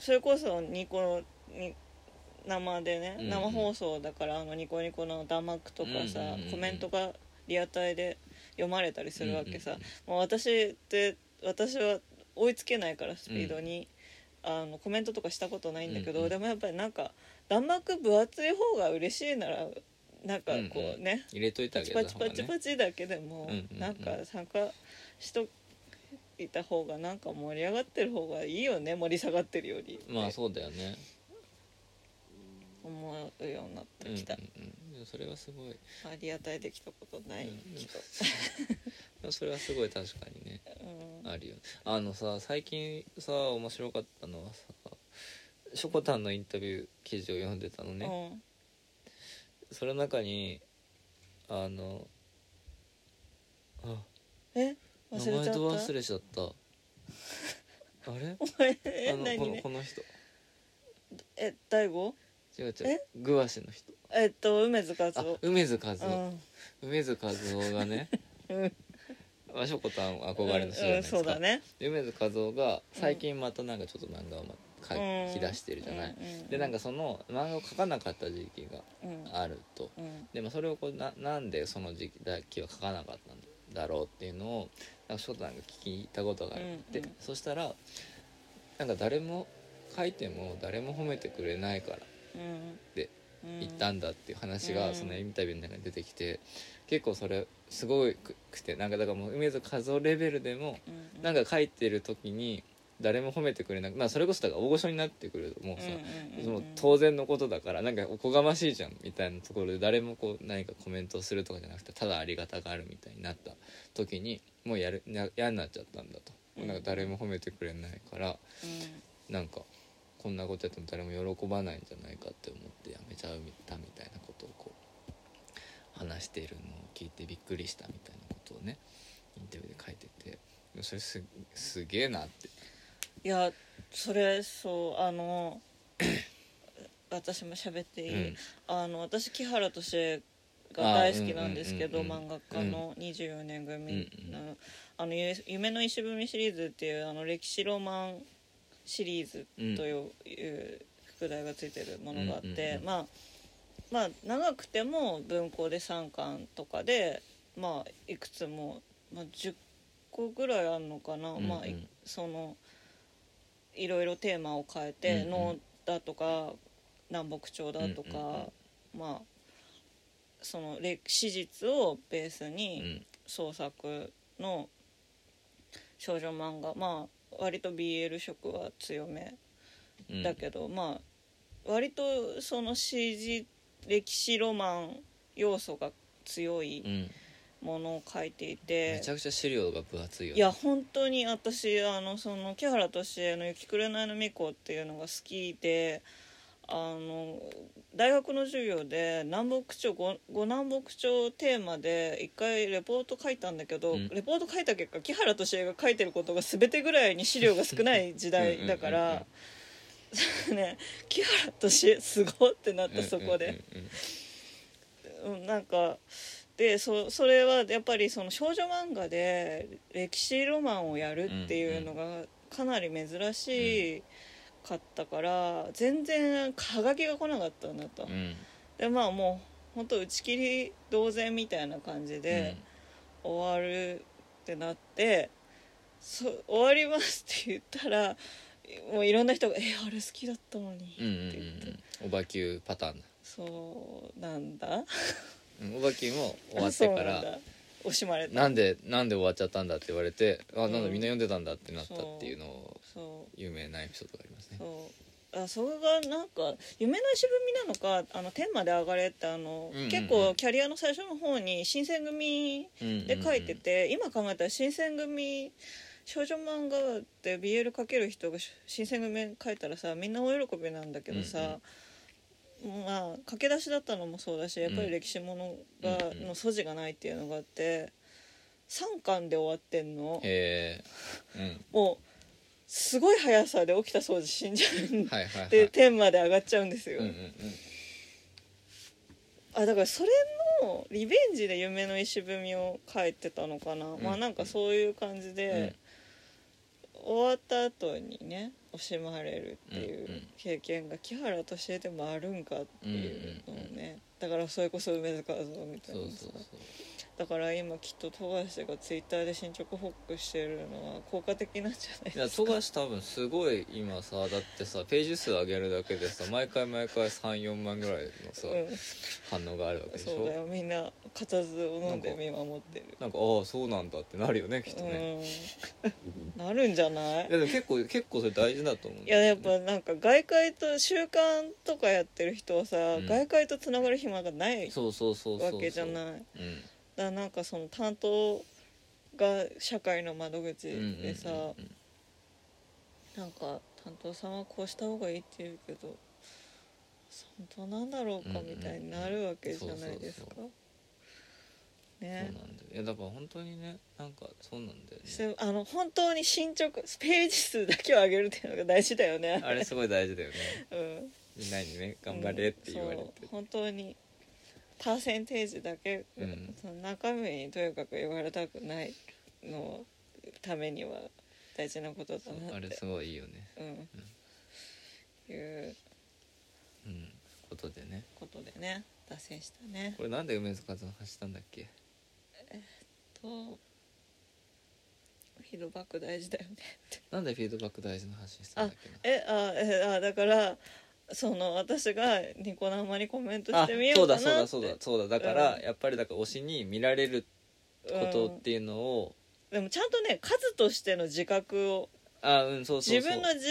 S2: それこそニコに生でね、
S1: うんうん
S2: 生放送だからあのニコニコの「ダマクとかさ、
S1: うんうんうんうん
S2: コメントがリアタイで読まれたりするわけさ、
S1: うんうん
S2: もう私って私は追いつけないからスピードに、あのコメントとかしたことないんだけど、
S1: うんうん
S2: でもやっぱりなんか弾幕分厚い方が嬉しいならなんかこうね、
S1: んん入れといてあ
S2: パ
S1: げ
S2: チ
S1: た
S2: パチ
S1: 方が
S2: パチ
S1: ね
S2: パチだけでも、
S1: うんうんうん
S2: なんか参加しといた方がなんか盛り上がってる方がいいよね盛り下がってるよりって
S1: まあそうだよね
S2: 思うようになっ
S1: う
S2: て
S1: んうん
S2: きた、
S1: うんでもそれはすごい
S2: ありがたいできたことないけど、
S1: でもそれはすごい確かにね
S2: うん
S1: あるよねあのさ最近さ面白かったのはさしょこたんのインタビュー記事を読んでたのね、
S2: うん
S1: その中にあのあ
S2: え
S1: 名
S2: 忘
S1: 前
S2: れちゃった
S1: と忘れちゃったあれ
S2: お前
S1: あ
S2: え
S1: のこ
S2: 何
S1: の
S2: ね
S1: この人
S2: え大悟
S1: 違う違う
S2: え
S1: グワシの人
S2: えっと梅津和
S1: あ
S2: 夫
S1: 梅津和
S2: う
S1: 夫、梅津和夫が ね
S2: んうん
S1: まあしょこたん憧れの人じゃなんい
S2: ううん
S1: ですか、
S2: そうだね
S1: で梅津和夫が最近またなんかちょっと漫画をま書
S2: うん
S1: き出してるじゃない、
S2: うんうん
S1: でなんかその漫画を書かなかった時期が
S2: うん
S1: あると
S2: うん
S1: でもそれをこうななんでその時期だけは書かなかったんだろうっていうのをなんか翔太なんか聞いたことがあって、
S2: うんうん
S1: そしたらなんか誰も書いても誰も褒めてくれないから
S2: うん
S1: で
S2: うん
S1: 行ったんだっていう話
S2: う
S1: が
S2: ん
S1: そのインタビューの中に出てきて結構それすごくてなんかだからもう梅津和夫レベルでも
S2: うんうん
S1: なんか書いてる時に誰も褒めてくれなくまあそれこそだから大御所になってくるともうさ、
S2: うん
S1: そ
S2: うんう
S1: の
S2: んうん
S1: 当然のことだからなんかおこがましいじゃんみたいなところで誰もこう何かコメントをするとかじゃなくてただありがたがあるみたいになった時にもうやるな嫌になっちゃったんだと、
S2: うん
S1: なんか誰も褒めてくれないから
S2: うん
S1: なんかこんなことやっても誰も喜ばないんじゃないかって思ってやめちゃうみたみたいなことをこう話しているのを聞いてびっくりしたみたいなことをねインタビューで書いててそれすすげえなって。
S2: いやそれそうあの 私も喋っていい、
S1: うん
S2: あの私木原敏恵が大好きなんですけど、
S1: あうんうんうんうん
S2: 漫画家の24年組の,、あのゆ夢の石踏み」シリーズっていうあの歴史ロマンシリーズという,、副題がついてるものがあって、
S1: うんうんうん
S2: まあまあ長くても文庫で3巻とかでまあいくつも、まあ、10個ぐらいあるのかな、
S1: うんうん
S2: まあいそのいろいろテーマを変えて
S1: うんうん
S2: 能、だとか南北朝だとか、
S1: うんうん
S2: まあその歴史実をベース
S1: う
S2: に、
S1: ん
S2: 創作の少女漫画まあ割と BL 色は強め
S1: うん
S2: だけど、まあ割とその CG 歴史ロマン要素が強
S1: う
S2: い
S1: ん
S2: ものを書いていて
S1: めちゃくちゃ資料が分厚いよね
S2: いや本当に私あのその木原敏恵の「雪紅の巫女」っていうのが好きであの大学の授業で南北朝五五南北朝テーマで一回レポート書いたんだけど、
S1: うん
S2: レポート書いた結果木原敏恵が書いてることが全てぐらいに資料が少ない時代だか
S1: うんうんうん
S2: ら。 ね、木原敏恵すごってなっ
S1: うん
S2: たそこで、
S1: うんうん
S2: うん、なんかでそそれはやっぱりその少女漫画で歴史ロマンをやるっていうのがかなり珍しかったから、全然はがきが来なかったんだと、
S1: うんうん
S2: でまあもう本当打ち切り同然みたいな感じで終わるってなって「そ終わります」って言ったらもういろんな人が「えあれ好きだったのに」
S1: うんうん
S2: って言って、
S1: うんうんおばきゅうパターンだ
S2: そうなんだ
S1: うんおばきゅうも終わってか
S2: そうなん
S1: ら
S2: だ惜しまれた
S1: なんでなんで終わっちゃったんだって言われてあなんだ
S2: うん
S1: みんな読んでたんだってなったっていうのを
S2: そう
S1: 有名なエピソードがありますね
S2: そうあそこがなんか夢の石踏みなのか「あの天まで上がれ」ってあの、
S1: うんうんうん
S2: 結構キャリアの最初の方に新選組
S1: うんうんうん
S2: で書いてて、今考えたら新選組少女漫画で BL 描ける人が新選組書いたらさみんな大喜びなんだけどさ、まあ駆け出しだったのもそうだしやっぱり歴史ものが、
S1: うんうん
S2: の素地がないっていうのがあって3巻で終わってんの。
S1: へえ
S2: もうすごい速さで起きた掃除死んじゃう
S1: うん
S2: ん
S1: はいはいはい
S2: で天まで 上がっちゃうんですよ、
S1: うんうんうん
S2: あだからそれのリベンジで夢の石踏みを書いてたのかな、
S1: ん
S2: まあなんかそういう感じで、終わった後にね惜しまれるってい
S1: んう
S2: ううん経験が木原敏恵でもあるんかっていうのをね、
S1: うん
S2: だからそれこそ梅塚像みた
S1: そ
S2: いなさ
S1: うそうそう
S2: だから今きっと富樫がツイッターで進捗報告してるのは効果的なんじゃない
S1: いや富樫多分すごい今さだってさページ数上げるだけでさ毎回毎回34万ぐらいのさ、
S2: うん
S1: 反応があるわけでし
S2: そうだ
S1: ょ
S2: よみんな固唾を飲んで見守ってる
S1: なんかああそうなんだってなるよねきっとね、
S2: うんなるんじゃない
S1: いやでも結構結構それ大事だと思うん
S2: い
S1: だ
S2: や
S1: よね
S2: やっぱなんか外界と習慣とかやってる人はさ、
S1: ん
S2: 外界とつながる暇がない
S1: そうそうそうそう
S2: わ
S1: そう
S2: けじゃないだか
S1: うん
S2: らなんかその担当が社会の窓口でさ、
S1: うんうんうん
S2: なんか担当さんはこうした方がいいって言うけど本当なんだろうかみたいになるわけじゃないですか
S1: うんうんうんそうそう。そうな
S2: ね
S1: んだよいやだから本当にねなんかそうなんだよ
S2: し
S1: ね
S2: てあの本当に進捗ページ数だけを上げるっていうのが大事だよね
S1: あれすごい大事だよね
S2: うん、
S1: みんなにね頑張れって言われて、
S2: そう本当にパーセンテージだけ、
S1: うん
S2: その中身にとにかく言われたくないのためには大事なことだ
S1: そう
S2: な
S1: あ
S2: っ
S1: れ
S2: て
S1: すごいいいよね
S2: うん、いう
S1: うんことでね
S2: ことでね脱線したね
S1: これなんで梅津和夫走ったんだっけ
S2: とフィードバック大事だよねって
S1: なんでフィードバック大事な話したんだっけな
S2: えあえあだからその私がニコ生にコメントし
S1: あ
S2: てみよ
S1: そうう
S2: かな
S1: だ
S2: って
S1: そうだそうだそうだだから、
S2: うん
S1: やっぱりだから推しに見られること
S2: うん
S1: っていうのを、
S2: でもちゃんとね数としての自覚を
S1: あうんそうそうそう
S2: 自分の自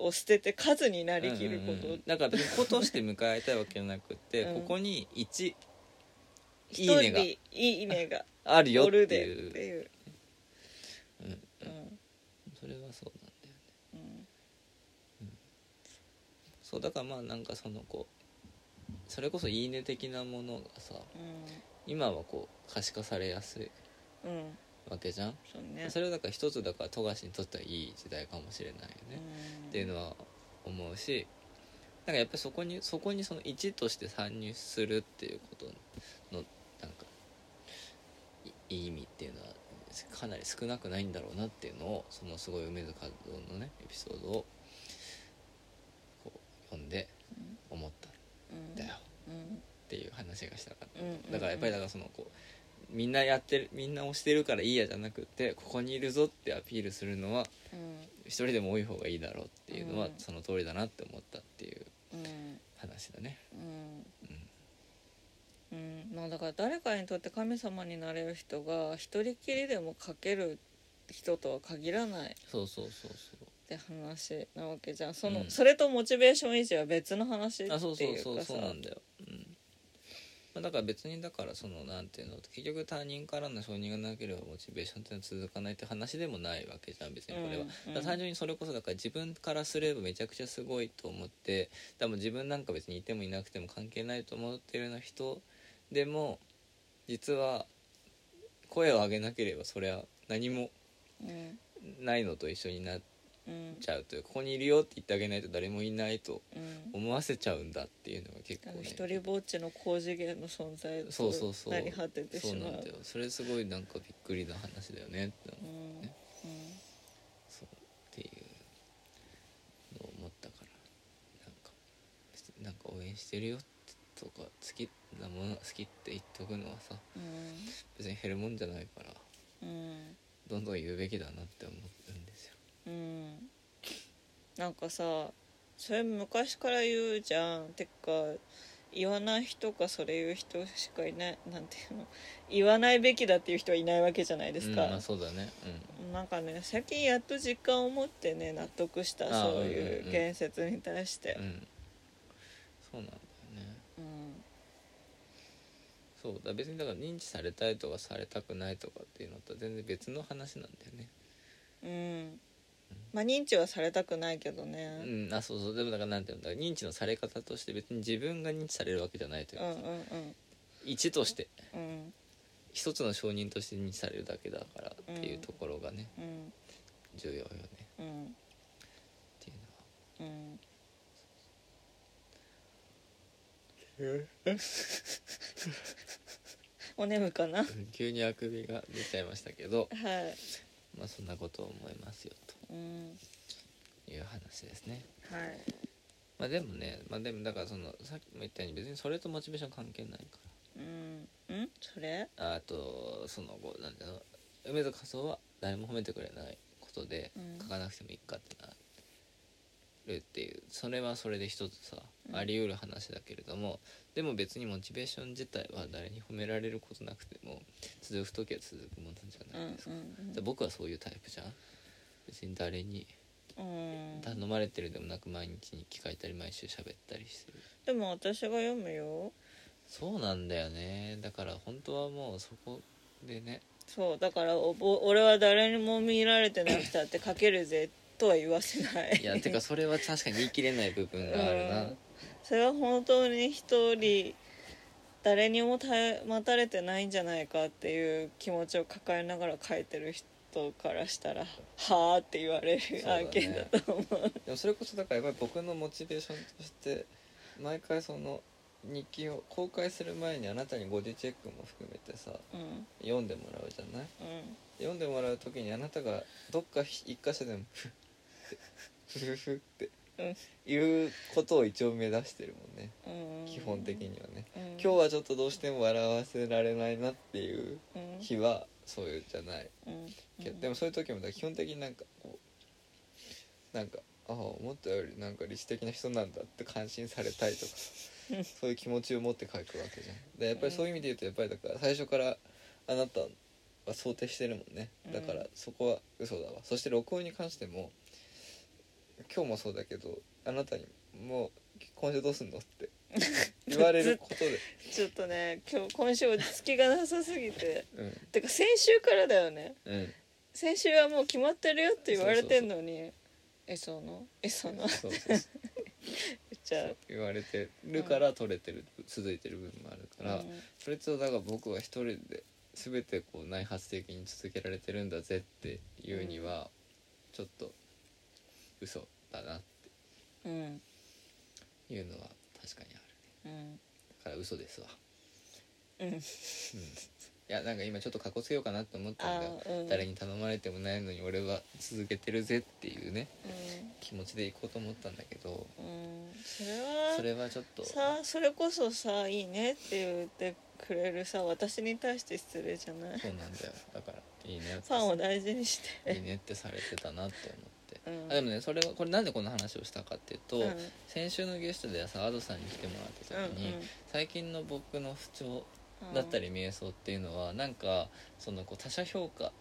S2: 我を捨てて数になりきるこ
S1: うんうんうん
S2: と
S1: だから別に子として迎えたいわけじゃなくて、
S2: うん
S1: ここに1い
S2: 一
S1: い
S2: 人
S1: ねが
S2: いいねが
S1: あるよっ
S2: お
S1: てい
S2: る
S1: う
S2: でっていう
S1: うん、
S2: うん
S1: それはそうなんだよね
S2: うん
S1: そうだからまあなんかそのこうそれこそ「いいね」的なものがさ今はこう可視化されやすい
S2: うんうん
S1: わけじゃん、
S2: そうね
S1: それはだから一つだから富樫にとってはいい時代かもしれないよね、
S2: うん
S1: っていうのは思うしなんかやっぱりそこにそこにその1として参入するっていうことのなんかいいい意味っていうのはかなり少なくないんだろうなっていうのをそのすごい梅津和夫のねエピソードをこう読んで思ったん
S2: うん
S1: だよ。
S2: うん
S1: っていう話がしたかった、
S2: うんうんうん
S1: だからやっぱりだからそのこうみんなやってるみんな押してるからいいやじゃなくてここにいるぞってアピールするのは
S2: うん
S1: 一人でも多い方がいいだろうっていうのは
S2: うん
S1: その通りだなって思ったっていう
S2: うん
S1: 話だね
S2: うん
S1: うん
S2: うんまあだから誰かにとって神様になれる人が一人きりでも書ける人とは限らない
S1: そうそうそうそ
S2: って話なわけじゃんその、
S1: うん
S2: それとモチベーション維持は別の話っていう
S1: うあ
S2: かさ
S1: そうそうそうそうなんだようんまあだから別にだからそのなんていうの結局他人からの承認がなければモチベーションっていうのは続かないって話でもないわけじゃん別にこれは、
S2: うんうん
S1: だから単純にそれこそだから自分からすればめちゃくちゃすごいと思って多分自分なんか別にいてもいなくても関係ないと思ってるような人でも実は声を上げなければそれは何も
S2: うん
S1: ないのと一緒になっ
S2: うん
S1: ちゃうというここにいるよって言ってあげないと誰もいないと
S2: うん
S1: 思わせちゃうんだっていうのが結
S2: あ
S1: 構
S2: の
S1: ね
S2: 一人ぼっちの高次元の存在と
S1: そうそうそう
S2: なり果てて
S1: そ
S2: し
S1: う
S2: ま
S1: な
S2: うん
S1: だよそれすごいなんかびっくりな話だよねって
S2: うん
S1: 思うね
S2: うん
S1: そうっていうのを思ったからなんか別になんか応援してるよとか好きなもの好きって言っとくのはさ別に減るもんじゃないから
S2: うん
S1: どんどん言うべきだなって思うんですよ。
S2: うんうんなんかさそれ昔から言うじゃんてか言わない人かそれ言う人しかいないなんていうの言わないべきだっていう人はいないわけじゃないですか、
S1: うんまあ、そうだね、
S2: なんかね最近やっと実感を持ってね納得した
S1: あ
S2: そう
S1: うん
S2: い
S1: うんう
S2: うん言説に対して
S1: うん、うん、そうなんだよね
S2: うん
S1: そうだ別にだから認知されたいとかされたくないとかっていうのとは全然別の話なんだよね。
S2: うんまあ認知はされたくないけどね
S1: うん、あそうそうでもだからなんていうんだ認知のされ方として別に自分が認知されるわけじゃないという
S2: うんう
S1: か、
S2: んうん
S1: 一として
S2: うん
S1: 一つの承認として認知されるだけだからっていうところがね、
S2: うん
S1: 重要よね
S2: うん
S1: っていう
S2: うんお眠かなはい
S1: のは急にあくびが出ちゃいましたけどまあそんなことを思いますよ
S2: うん
S1: という話ですね
S2: はい
S1: まあでもねまあでもだからそのさっきも言ったように別にそれとモチベーション関係ないか
S2: うんんそれ
S1: らあとその後なんていうの梅津仮想は誰も褒めてくれないことで
S2: うん
S1: 書かなくてもいいかってなるっていうそれはそれで一つさ
S2: うん
S1: あり得る話だけれども、でも別にモチベーション自体は誰に褒められることなくても続く時は続くものじ
S2: う
S1: ゃ
S2: んう
S1: ないですか、
S2: ん
S1: で僕はそういうタイプじゃん別に誰に
S2: うんうん
S1: 頼まれてるでもなく毎日に聞かれたり毎週喋ったりしてる
S2: でも私が読むよ
S1: そうなんだよねだから本当はもうそこでね
S2: そうだからおぼ俺は誰にも見られてなくたって書けるぜとは言わせない
S1: いやてかそれは確かに言い切れない部分があるな、
S2: うんそれは本当に一人誰にもたえ待たれてないんじゃないかっていう気持ちを抱えながら書いてる人からしたら「はあ」って言われ
S1: そう
S2: る
S1: だね
S2: 案件だと思う
S1: でもそれこそだからやっぱり僕のモチベーションとして毎回その日記を公開する前にあなたにボディチェックも含めてさ
S2: うん
S1: 読んでもらうじゃない
S2: うん
S1: 読んでもらう時にあなたがどっかひ一箇所でもふふふふって
S2: うん
S1: いうことを一応目指してるもんね
S2: うん
S1: 基本的にはね
S2: うん
S1: 今日はちょっとどうしても笑わせられないなっていう
S2: うん
S1: 日はそういうじゃない
S2: うん
S1: けどでもそういう時もだから基本的になんかこうなんかああ思ったよりなんか理知的な人なんだって感心されたい とか
S2: うん
S1: そういう気持ちを持って書くわけじゃんでやっぱりそういう意味で言うとやっぱりだから最初からあなたは想定してるもんねだから
S2: うん
S1: そこは嘘だわそして録音に関しても今日もそうだけどあなたにもう今週どうすんのって言われること で、
S2: ちょっとね今日今週落ち着きがなさすぎて
S1: うん
S2: てか先週からだよね
S1: うん、
S2: 先週はもう決まってるよって言われてんのにえそのえその
S1: そうそうそう
S2: じゃ
S1: 言われてるから取れてる、続いてる部分もある
S2: あ
S1: から、
S2: うん
S1: それとだから僕は一人で全てこう内発的に続けられてるんだぜっていうにはちょっと嘘だなっ
S2: うん
S1: ていうのは確かにある
S2: うん
S1: だから嘘ですわ、
S2: うん
S1: うん、いやなんか今ちょっとかっこつけようかなって思ったんだ
S2: あ
S1: よ
S2: ーうん
S1: 誰に頼まれてもないのに俺は続けてるぜっていうね
S2: う
S1: 気持ちでいこうと思ったんだけど
S2: ん、うん、それは
S1: それはちょっと
S2: さそれこそさ「いいね」って言ってくれるさ私に対して失礼じゃないフ
S1: そうなんだよだからいいねって
S2: ァンを大事にし
S1: いい
S2: て
S1: ねってされてたなって思って
S2: うん
S1: あでもねそれはこれなんでこの話をしたかっていうと、
S2: うん
S1: 先週のゲストでさアドさんに来てもらった時に、最近の僕の不調だったり瞑想っていうのはなんかそのこう他者評価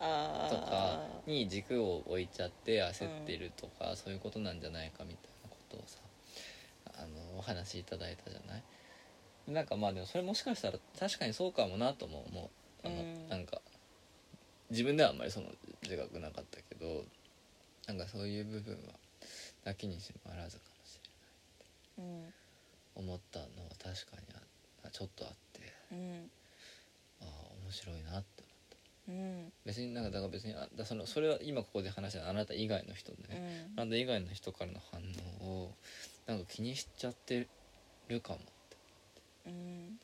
S2: あ
S1: とかに軸を置いちゃって焦ってるとか、そういうことなんじゃないかみたいなことをさあのお話しいただいたじゃないなんかまあでもそれもしかしたら確かにそうかもなとも思うあの、
S2: うん
S1: なんか自分ではあんまりその自覚なかったけどなんかそういう部分はなきにしもあらずかもしれ
S2: ーうん
S1: ない思ったのは確かにあちょっとあって
S2: うん
S1: ああ面白いなって
S2: うん
S1: 別になんかだから別にあだそのそれは今ここで話したあなた以外の人ね、
S2: うん
S1: なんだ以外の人からの反応をなんか気にしちゃってるかもって
S2: うん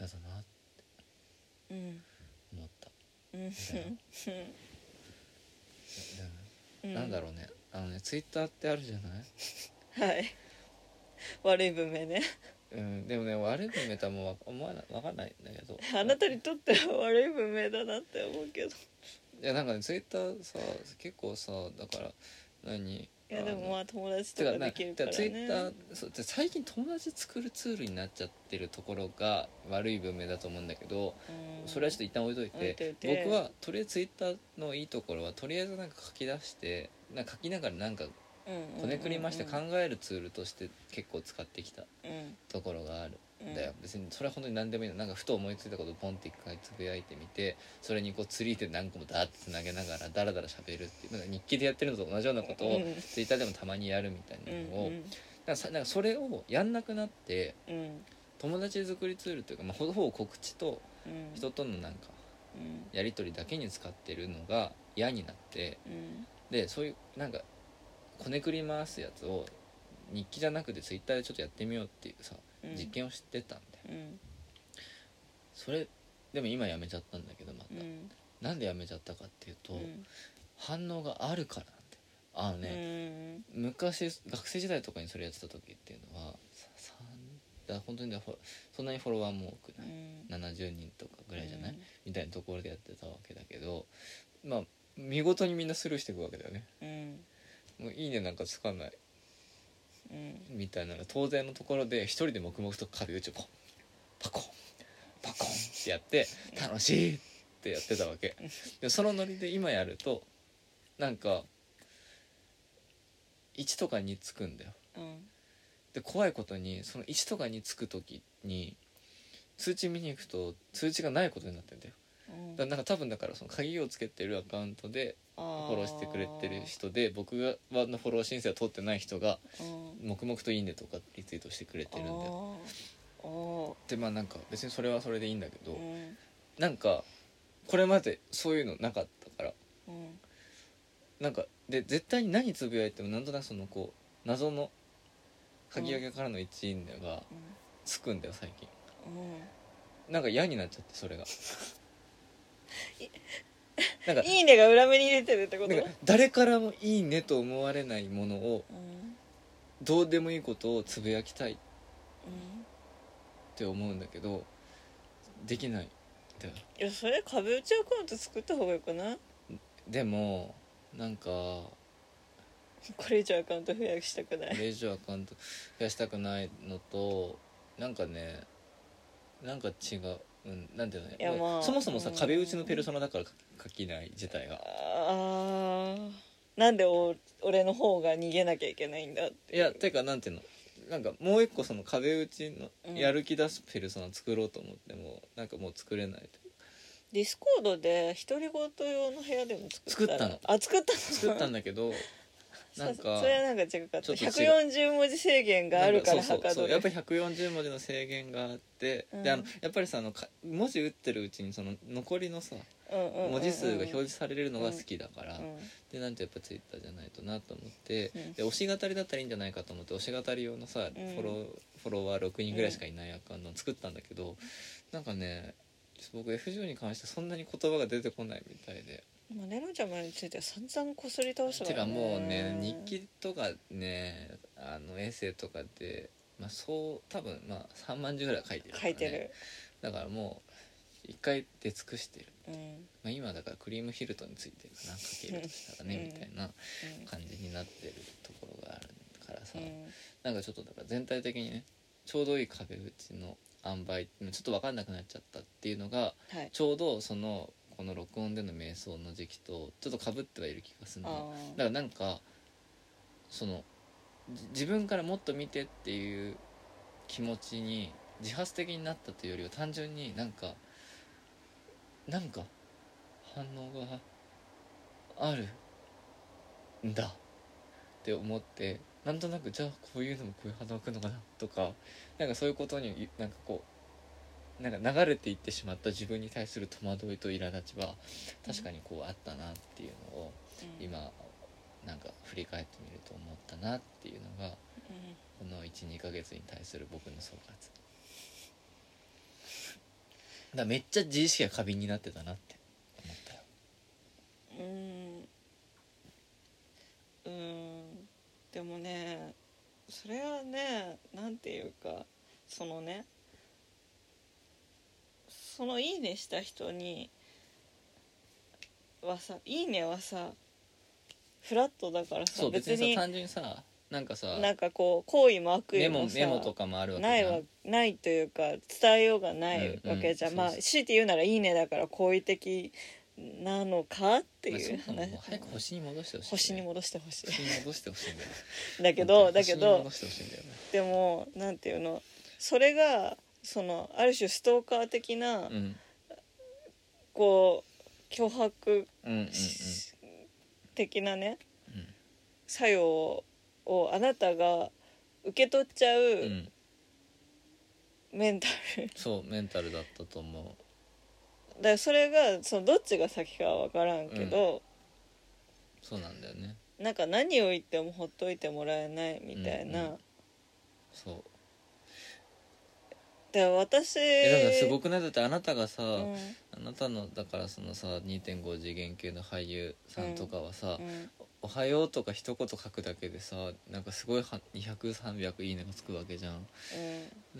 S1: やだなって
S2: うん
S1: 思った、
S2: うん
S1: うんなんだろうねあのねツイッターってあるじゃない、
S2: はい悪い文明ね
S1: うん、でもね悪いメタも思わない分かんないんだけど
S2: あなたにとっては悪い文明だなって思うけど
S1: いやなんかねツイッターさ結構さだから何い
S2: いやでもまあ友達と
S1: てか
S2: か
S1: な
S2: で
S1: ん
S2: き
S1: か
S2: るから
S1: ツイッター
S2: ね
S1: そうで最近友達作るツールになっちゃってるところが悪い文明だと思うんだけど、
S2: うん
S1: それはちょっと一旦置いとい
S2: 置
S1: て
S2: いといて
S1: 僕はとりあえずツイッターのいいところはとりあえずなんか書き出してなんか書きながらなんか
S2: うん
S1: こねくりまして
S2: うん
S1: 考えるツールとして結構使ってきた
S2: うん
S1: ところがある
S2: うん
S1: んだよ、別にそれは本当に何でもいいのなんかふと思いついたことをポンって一回つぶやいてみてそれにこうツリーで何個もダーってつなげながらダラダラ喋るっていうなんか日記でやってるのと同じようなこと
S2: う
S1: を
S2: ん
S1: ツイッターでもたまにやるみたい
S2: う
S1: な
S2: ん
S1: のを、なんかさなんかそれをやんなくなって
S2: うん
S1: 友達作りツールというか、まあ、ほぼほぼ告知と
S2: うん
S1: 人とのなんか
S2: うん
S1: やり取りだけに使ってるのが嫌になって
S2: うん
S1: でそういうなんかこねくり回すやつを日記じゃなくてツイッターでちょっとやってみようっていうさ
S2: うん
S1: 実験を知ってたんで、
S2: うん
S1: それでも今やめちゃったんだけどま
S2: う
S1: た、
S2: ん
S1: なんでやめちゃったかっていうと、
S2: うん
S1: 反応があるからなんであのね、昔学生時代とかにそれやってた時っていうのはささんだ本当にだフォロそんなにフォロワーも多く
S2: う
S1: なんい、70人とかぐらいじゃない、
S2: うん
S1: みたいなところでやってたわけだけどまあ見事にみんなスルーしていくわけだよね
S2: うん
S1: もういいねなんかつかない
S2: うん
S1: みたいなのが当然のところで一人で黙々と壁打ちをポンパコンパコンってやって楽しいってやってたわけでそのノリで今やるとなんか1とか2つくんだよ
S2: うん
S1: で怖いことにその1とか2つく時に通知見に行くと通知がないことになってんだよ
S2: うん
S1: だからなんか多分だからその鍵をつけてるアカウントで
S2: フ
S1: フォローしてくれてる人で僕がのフォロー申請を取ってない人が黙々と「いいね」とかリツイートしてくれてるんだよ
S2: お
S1: でまあなんか別にそれはそれでいいんだけど、
S2: うん
S1: なんかこれまでそういうのなかったから
S2: うん
S1: なんかで絶対に何つぶやいてもなんとなくそのこう謎の鍵開けからの一因がつくんだよ最近
S2: うん
S1: なんか嫌になっちゃって それが なんか
S2: いいねが裏目に出てるってこと
S1: なんか誰からも「いいね」と思われないものを
S2: うん
S1: どうでもいいことをつぶやきたいっ
S2: うん
S1: て思うんだけどできないだよ
S2: いやそれ壁打ちアカウント作った方がよくない
S1: でもなんかこ
S2: これ以上アカウント増やしたくない
S1: れ以上アカウント増やしたくないのとなんかねなんか違う、うん、なんていうの
S2: いやまあ
S1: そもそもさ
S2: うん
S1: 壁打ちのペルソナだから書きない自体が
S2: あーなんでお俺の方が逃げなきゃいけないんだって
S1: いやてかなんていうのなんかもう一個その壁打ち
S2: うん
S1: のやる気出すペルソナ作ろうと思ってもなんかもう作れない
S2: ディスコードで独り言用の部屋でも作っ
S1: 作
S2: た
S1: ったの
S2: あ作ったの
S1: 作ったんだけどなんか
S2: そそれはなんか違かっ
S1: ち
S2: た
S1: ょっと違う
S2: 140文字制限があるから
S1: なんそうそう
S2: はか
S1: そ
S2: ど
S1: うやっ
S2: る
S1: ぱり140文字の制限があって、
S2: うん
S1: であのやっぱりさあのか文字打ってるうちにその残りのさ文
S2: 文
S1: 字数が表示されるのが好きだから、
S2: うん
S1: でなんとやっぱツイッターじゃないとなと思って、
S2: うん
S1: で推し語りだったらいいんじゃないかと思って推し語り用のさ、
S2: うん
S1: フォローフォロワー6人ぐらいしかいないアカウントを作ったんだけど、なんかね僕 F10 に関してそんなに言葉が出てこないみたいで、
S2: まあネロちゃんについては散々こすり倒した
S1: て
S2: から
S1: か
S2: ね
S1: もうね日記とかねあのエッセイとかで、まあ、そう多分まあ3万字ぐらい書いてるから
S2: 書
S1: ね
S2: いてる、
S1: だからもう一回出尽くしてる、
S2: うん
S1: まあ、今だからクリームヒルトについて何かけるとしたら
S2: う
S1: ね
S2: ん
S1: みたいな感じになってるところがあるからさ、
S2: うんうん
S1: なんかちょっとだから全体的にねちょうどいい壁打ちの塩梅っていうのちょっと分かんなくなっちゃったっていうのが
S2: はい
S1: ちょうどそのこの録音での瞑想の時期とちょっとかぶってはいる気がするんだよ
S2: あー
S1: だからなんかそのじ自分からもっと見てっていう気持ちに自発的になったというよりは単純になんかなんか反応があるんだって思ってなんとなくじゃあこういうのもこういう反応くのかなとかなんかそういうことになんかこうなんか流れていってしまった自分に対する戸惑いと苛立ちは確かにこうあったなっていうのを。
S2: うん
S1: 今なんか振り返ってみると思ったなっていうのが
S2: うん
S1: この12ヶ月に対する僕の総括だからめっちゃ自意識が過敏になってたなって思ったよ
S2: うーんうーんでもねそれはねなんていうかそのねその「いいね」した人にはさ「いいね」はさフラットだから
S1: そ
S2: さ
S1: う別
S2: 別
S1: にさ
S2: に
S1: 単純にさなんかさ
S2: なんかこう好意も悪意
S1: メモ
S2: も
S1: メモ
S2: さ
S1: とかもあるわけ
S2: ない
S1: じゃん
S2: わないというか伝えようがないわけじゃん、
S1: うんうん
S2: まあ
S1: そうそう
S2: 強いて言うなら「いいね」だから好意的なのかって
S1: まあ
S2: い
S1: そううかも
S2: 話、
S1: もう早く星に戻してほしい、ね、
S2: 星に戻してほし
S1: 星に戻してほしいんだよ
S2: い だけど
S1: 本当
S2: だ
S1: に
S2: け
S1: 星に
S2: ど
S1: 戻してほしいんだよね
S2: でもなんていうのそれがそのある種ストーカー的な、
S1: うん
S2: こう脅迫
S1: うんうんうん
S2: 的なね
S1: うん
S2: 作用をあなたが受け取っちゃ
S1: う、
S2: うんメンタル、
S1: そうメンタルだったと思う
S2: だからそれがそのどっちが先かは分からんけど、
S1: そうなんだよね
S2: なんか何を言ってもほっといてもらえないみたいな、
S1: うんうんそう
S2: だから私
S1: えだからすごくないだってあなたがさ、
S2: うん
S1: あなたのだからそのさ2.5次元系の俳優さんとかはさ「
S2: うん
S1: おはよう」とか一言書くだけでさなんかすごい200300いいねがつくわけじゃん
S2: うん、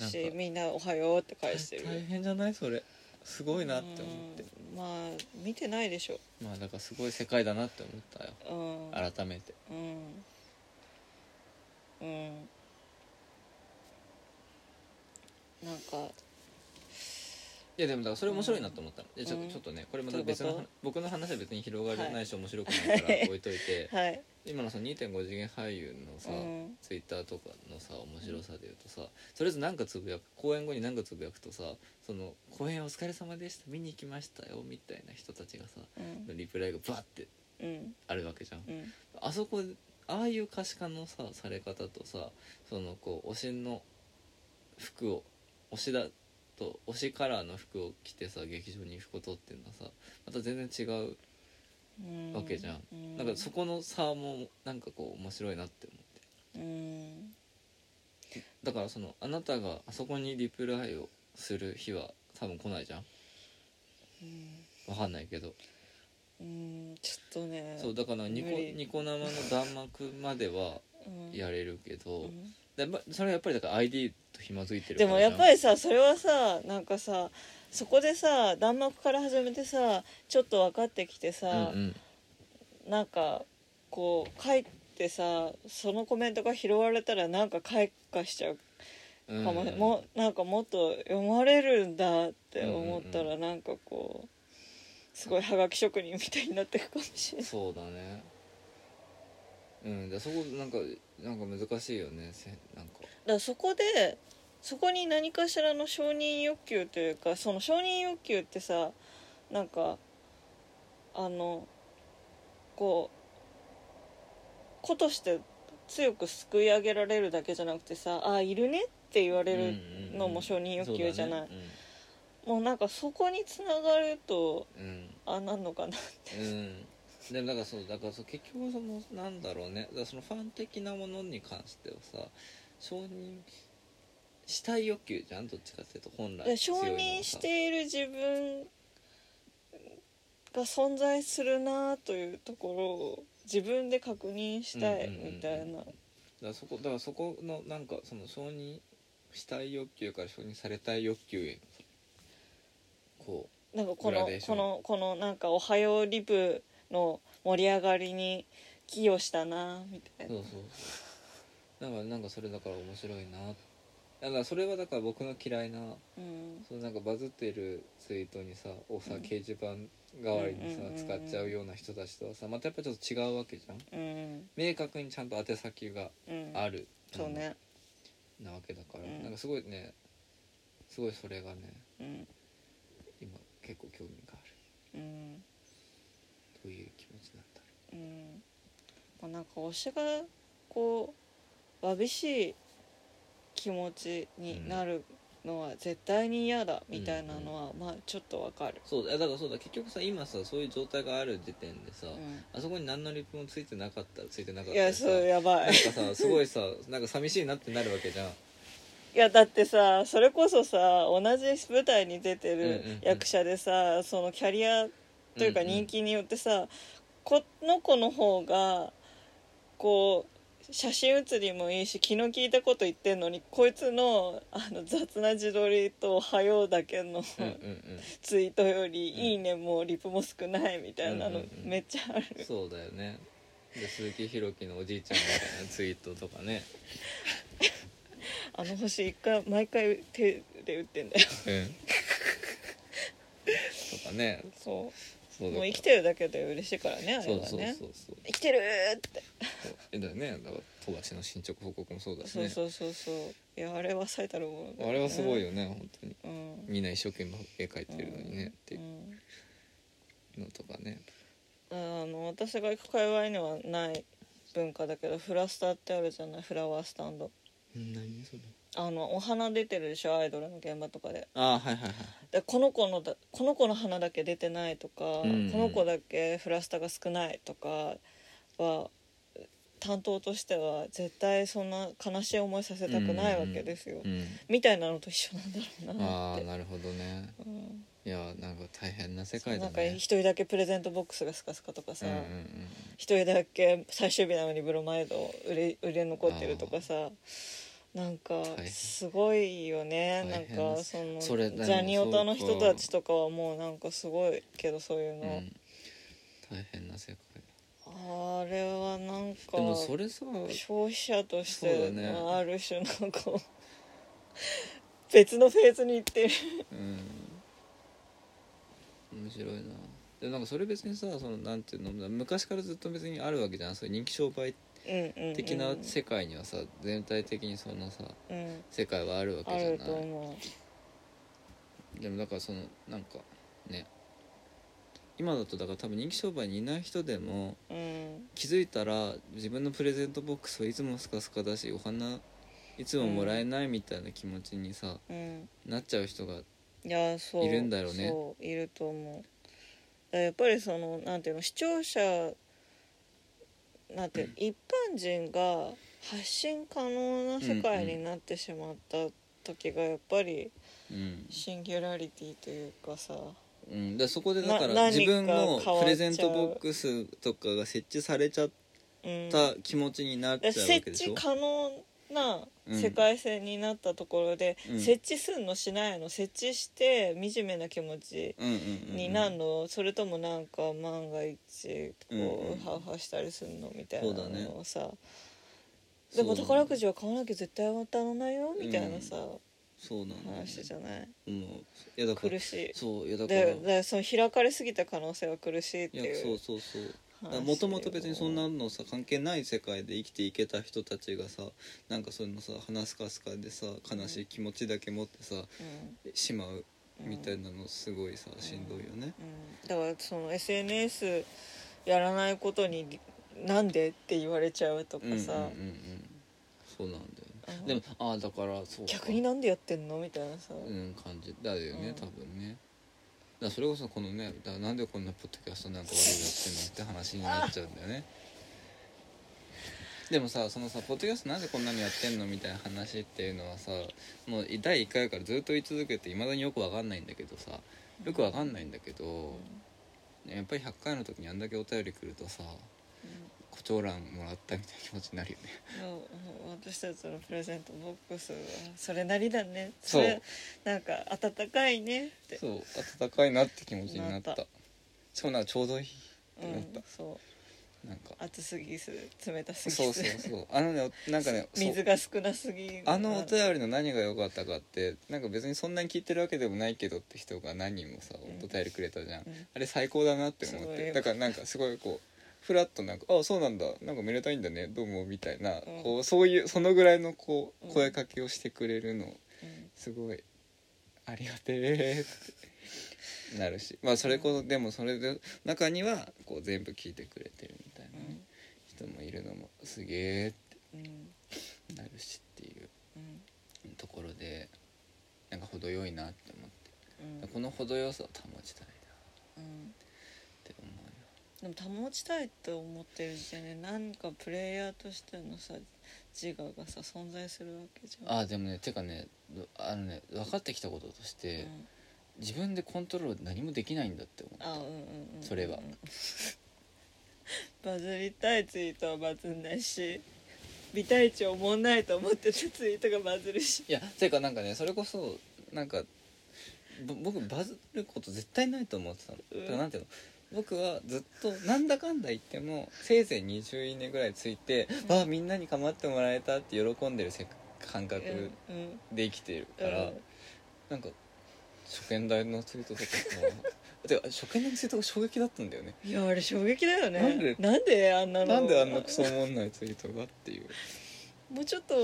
S1: なんか
S2: しみんな「おはよう」って返してる
S1: 大変じゃないそれすごいなって思って
S2: うんまあ見てないでしょ
S1: まあだからすごい世界だなって思ったよ
S2: うん
S1: 改めて
S2: うんうんなんか
S1: いやでもだからそれ面白いなと思ったのでちょ,、
S2: うん
S1: ちょっとねこれまた
S2: どういうこ
S1: 別
S2: と
S1: の話僕の話は別に広がらないし、面白くないから置いといて
S2: はい
S1: 今のその2.5次元俳優のさ、
S2: うん
S1: ツイッターとかのさ面白さで言うとさとりあえず何かつぶやく公演後に何かつぶやくとさその「公演お疲れ様でした見に行きましたよ」みたいな人たちがさ
S2: うん
S1: リプライがバッて
S2: うん
S1: あるわけじゃん
S2: うん
S1: あそこああいう可視化のさされ方とさそのこう推しの服を推しだと推しカラーの服を着てさ劇場に行くことっていうのはさまた全然違う
S2: うん
S1: わけじゃん
S2: う
S1: なんかそこの差もなんかこう面白いなって思って。
S2: うん
S1: だからそのあなたがあそこにリプライをする日は多分来ないじゃん
S2: うん
S1: わかんないけど、
S2: うんちょっとね
S1: そうだからニコ
S2: 無理
S1: ニコ生の弾幕までは
S2: うん
S1: やれるけど、
S2: うん
S1: でまそれはやっぱりだから ID とひもづいてる
S2: で
S1: から
S2: も
S1: じゃ
S2: や
S1: ん
S2: っぱりさそれはさなんかさそこでさ弾幕から始めてさちょっと分かってきてさ、
S1: うんうん
S2: なんかこう書いてさそのコメントが拾われたらなんか開花しちゃう
S1: うん
S2: かも、もなんかもっと読まれるんだって思った
S1: うん
S2: らなんかこうすごいはがき職人みたいになってくかもしれない。
S1: そうだねうんでそこなんかなんか難しいよねせなんか
S2: だからそこでそこに何かしらの承認欲求というかその承認欲求ってさなんかあのこう子として強くすくい上げられるだけじゃなくてさ「ああいるね」って言われるのも承認欲求じゃない、
S1: そうだね
S2: もうなんかそこにつながると
S1: うんうん
S2: あなんのかな
S1: うんでもだからそうだからそう結局そのなんだろうねだからそのファン的なものに関してはさ承認したい欲求じゃんどっちかっていうと本来
S2: で
S1: 強
S2: 承
S1: いのはさ
S2: 認している自分が存在するなというところを自分で確認したい
S1: うんうんうんうん
S2: みたいな
S1: だからそこだからそこのなんかその承認したい欲求から承認されたい欲求へこ
S2: なんかこ
S1: グラ
S2: の
S1: デーショ
S2: こ
S1: ン
S2: のこのなんか「おはようリブ」の盛り上がりに寄与したなみた
S1: う
S2: い
S1: そ
S2: な
S1: うそうそうだからなんかそれだから面白いなだからそれはだから僕の嫌いな
S2: うん
S1: そのなんかバズってるツイートにさをさ
S2: うん
S1: 掲示板代わりにさ
S2: うんうんうんうん
S1: 使っちゃうような人たちとはさまたやっぱちょっと違うわけじゃん
S2: うん
S1: 明確にちゃんと宛先が
S2: うん
S1: ある
S2: そうね
S1: なわけだから
S2: うん
S1: なんかすごいねすごいそれがね
S2: うん
S1: 今結構興味がある
S2: うん
S1: どういう気持ちなんだろ
S2: うんまあなんか推しがこうわびしい気持ちになるのは絶対に嫌だみたいなのは、まあちょっとわかる
S1: う、そうだだからそうだ結局さ今さそういう状態がある時点でさ、
S2: う
S1: あそこに何のリプもついてなかったらついてなかっ
S2: ん、い
S1: た
S2: や
S1: らさ
S2: そうやば
S1: なん
S2: い
S1: かさすごいさなんか寂しいなってなるわけじゃ ん
S2: いやだってさそれこそさ同じ舞台に出て
S1: うんうんうん
S2: る役者でさ、そのキャリアというか
S1: うんうん
S2: 人気によってさ、この子の方がこう写真写りもいいし気の利いたこと言ってんのにこいつのあの雑な自撮りと「おはよう」だけの、
S1: うんうんうん
S2: ツイートより「
S1: うん
S2: いいね」もリプも少ないみたいな
S1: う
S2: の
S1: んうんうん
S2: めっちゃある、
S1: そうだよねで鈴木ひろきのおじいちゃんみたいなツイートとかね、
S2: あの星一回毎回手で打って んだよ
S1: とかね
S2: そ
S1: そうう
S2: も
S1: だか
S2: う
S1: ら
S2: 生きてるだけで嬉しいからねあ
S1: そ
S2: れ
S1: う
S2: は
S1: そう
S2: ね
S1: そうそう
S2: 生きてるーって
S1: そうえだよねだから富樫の進捗報告もそうだし
S2: そう
S1: ね
S2: そうそうそういやあれは最たるものだよね
S1: あれはすごいよね本当に
S2: うん
S1: みんな一生懸命絵描いてるのにね、ってい
S2: うん
S1: うのとかね
S2: あの私が行く界隈にはない文化だけどフラスターってあるじゃないフラワースタンド
S1: 何それ
S2: あのお花出てるでしょアイドルの現場とかで
S1: ああはいはいはい
S2: でこの子のだこの子の花だけ出てないとか、
S1: うんうん
S2: この子だけフラスタが少ないとかは担当としては絶対そんな悲しい思いさせたくないわけですよ、
S1: うん
S2: みたいなのと一緒なんだろうな
S1: あ
S2: っ
S1: あ
S2: て。
S1: なるほどね
S2: うん
S1: いやなんか大変な世界
S2: な
S1: だ
S2: んか
S1: ね
S2: 一人だけプレゼントボックスがスカスカとかさ
S1: うんうんうん
S2: 一、人だけ最終日なのにブロマイド売れ売れ残ってるとかさなんか
S1: 変
S2: すごいよね
S1: 大変
S2: なん
S1: で
S2: か
S1: す
S2: その
S1: それでも
S2: ジャニオタの人
S1: そうか
S2: たちとかはもうなんかすごいけどそういう
S1: う
S2: の、
S1: ん大変な世界
S2: あれはなんか
S1: でもそれさ
S2: 消費者とし
S1: そう
S2: て
S1: だね
S2: ある種なんか別のフェーズに行ってる
S1: うん面白いなでもなんかそれ別にさそのなんていうの昔からずっと別にあるわけじゃんそういう人気商売
S2: うんうんうん
S1: 的な世界にはさ、全体的にそのさ
S2: うん
S1: 世界はあるわ
S2: あ
S1: けじゃ
S2: ると
S1: ない
S2: 思
S1: でもだからそのなんかね今だとだから多分人気商売にいない人でも
S2: ううん
S1: 気づいたら自分のプレゼントボックスはいつもスカスカだしお花いつももらえないみたいな気持ちにさ、
S2: うん
S1: なっちゃう人が
S2: いやそう
S1: いるんだろうね
S2: そういると思うだからやっぱりそのなんていうの視聴者なんていうの一般人が発信可能な世界になってしまった時がやっぱり
S1: うん、
S2: シンギュラリティというかさ
S1: うん、でそこでだか
S2: な
S1: ら
S2: 何か
S1: 自分の
S2: 変わっちゃう
S1: プレゼントボックスとかが設置されちゃっ
S2: うん
S1: た気持ちになっちゃうわけ
S2: 設
S1: でしょ
S2: 置、可能な世界線になったところで、
S1: うん
S2: 設置すんのしないの設置して惨めな気持ち
S1: うんうんうんうん、
S2: になんの、それともなんか万が一
S1: うんう
S2: こ
S1: ん
S2: うウハウハしたりするのみたいな
S1: そうだね
S2: のをさ、
S1: そ
S2: で
S1: う
S2: も宝くじは買わなきゃ絶対当たらないよみたいなさ、
S1: そうなんだよね
S2: 話じゃない
S1: もういやだから
S2: 苦しい
S1: そういやだから
S2: ででその開かれすぎた可能性は苦しいって
S1: いや
S2: い
S1: そう
S2: う
S1: そうそう
S2: 話
S1: もともと別にそんなのさ関係ない世界で生きていけた人たちがさなんかそういうのさ鼻すかすかでさ悲しい気持ちだけ持ってさ
S2: うん
S1: しまう
S2: うん
S1: みたいなのすごいさしんどいよね
S2: うんだからその SNS やらないことになんでって言われちゃうとか
S1: うんうんうん
S2: さ、
S1: うんそうなんだよ
S2: あの
S1: ねでもああだからそうか
S2: 逆になんでやってんのみたいなさ、
S1: うん感じだよね、
S2: うん
S1: 多分ねだからそれこそこのねだからなんでこんなポッドキャストなんか悪いやってんのって話になっちゃうんだよねでもさそのさポッドキャストなんでこんなのやってんのみたいな話っていうのはさもう第1回からずっと言い続けていまだによくわかんないんだけどさよくわかんないんだけど、やっぱり100回の時にあんだけお便り来るとさ誇張欄もらったみたいな気持ちになるよね
S2: の私たちのプレゼントボックスはそれなりだね
S1: そう
S2: れなんか温かいねって
S1: そう温かいなって気持ちになった
S2: なった
S1: しかもなんかちょうどいい
S2: うん
S1: なった
S2: そう
S1: なんか
S2: 暑すぎず冷たすぎず
S1: そうそう そうあのねなんかねそう
S2: 水が少なすぎ
S1: あのお便りの何が良かったかってなんか別にそんなに聞いてるわけでもないけどって人が何人もさ
S2: うん
S1: お便りくれたじゃん、
S2: うん
S1: あれ最高だなって思っ
S2: すご
S1: て
S2: い
S1: だからなんかすごいこうフラッとなんか「あそうなんだなんかめでたいんだねどうも」みたいな、
S2: うん
S1: こうそういうそのぐらいのこう
S2: うん
S1: 声かけをしてくれるの
S2: うん
S1: すごいありがてえってなるしまあそれこそでもそれで中にはこう全部聞いてくれてるみたいなね、人もいるのもすげえ
S2: うんうん
S1: なるしっていう
S2: うん
S1: ところでなんか程よいなって思っ
S2: うん
S1: てこの程よさを保ちたいな
S2: うん
S1: って思う
S2: でも保ちたいって思ってる時点でなんかプレイヤーとしてのさ自我がさ存在するわけじゃん
S1: よあでもねてかねどあのね分かってきたこととし
S2: う
S1: て、
S2: ん
S1: 自分でコントロール何もできないんだって思
S2: あう
S1: っ
S2: んうんうん
S1: それは
S2: バズりたいツイートはバズんないし美大値をもんないと思ってたツイートがバズるし
S1: い
S2: た
S1: やてかなんかねそれこそなんかぼ僕バズること絶対ないと思ってたの、
S2: うん
S1: だからなんていうの僕はずっとなんだかんだ言ってもせいぜい20いいねぐらいついて、
S2: うん
S1: わあみんなに構ってもらえたって喜んでるせ感
S2: うん
S1: 覚
S2: うん
S1: で生きてる
S2: う
S1: から、
S2: ん
S1: なんか初見台のツイートとかさ てか初見台のツイートが衝撃だったんだよね
S2: いやあれ衝撃だよね
S1: なんで
S2: なんであんなの
S1: なんであんなクソおもんないツイートがっていう
S2: もうちょっと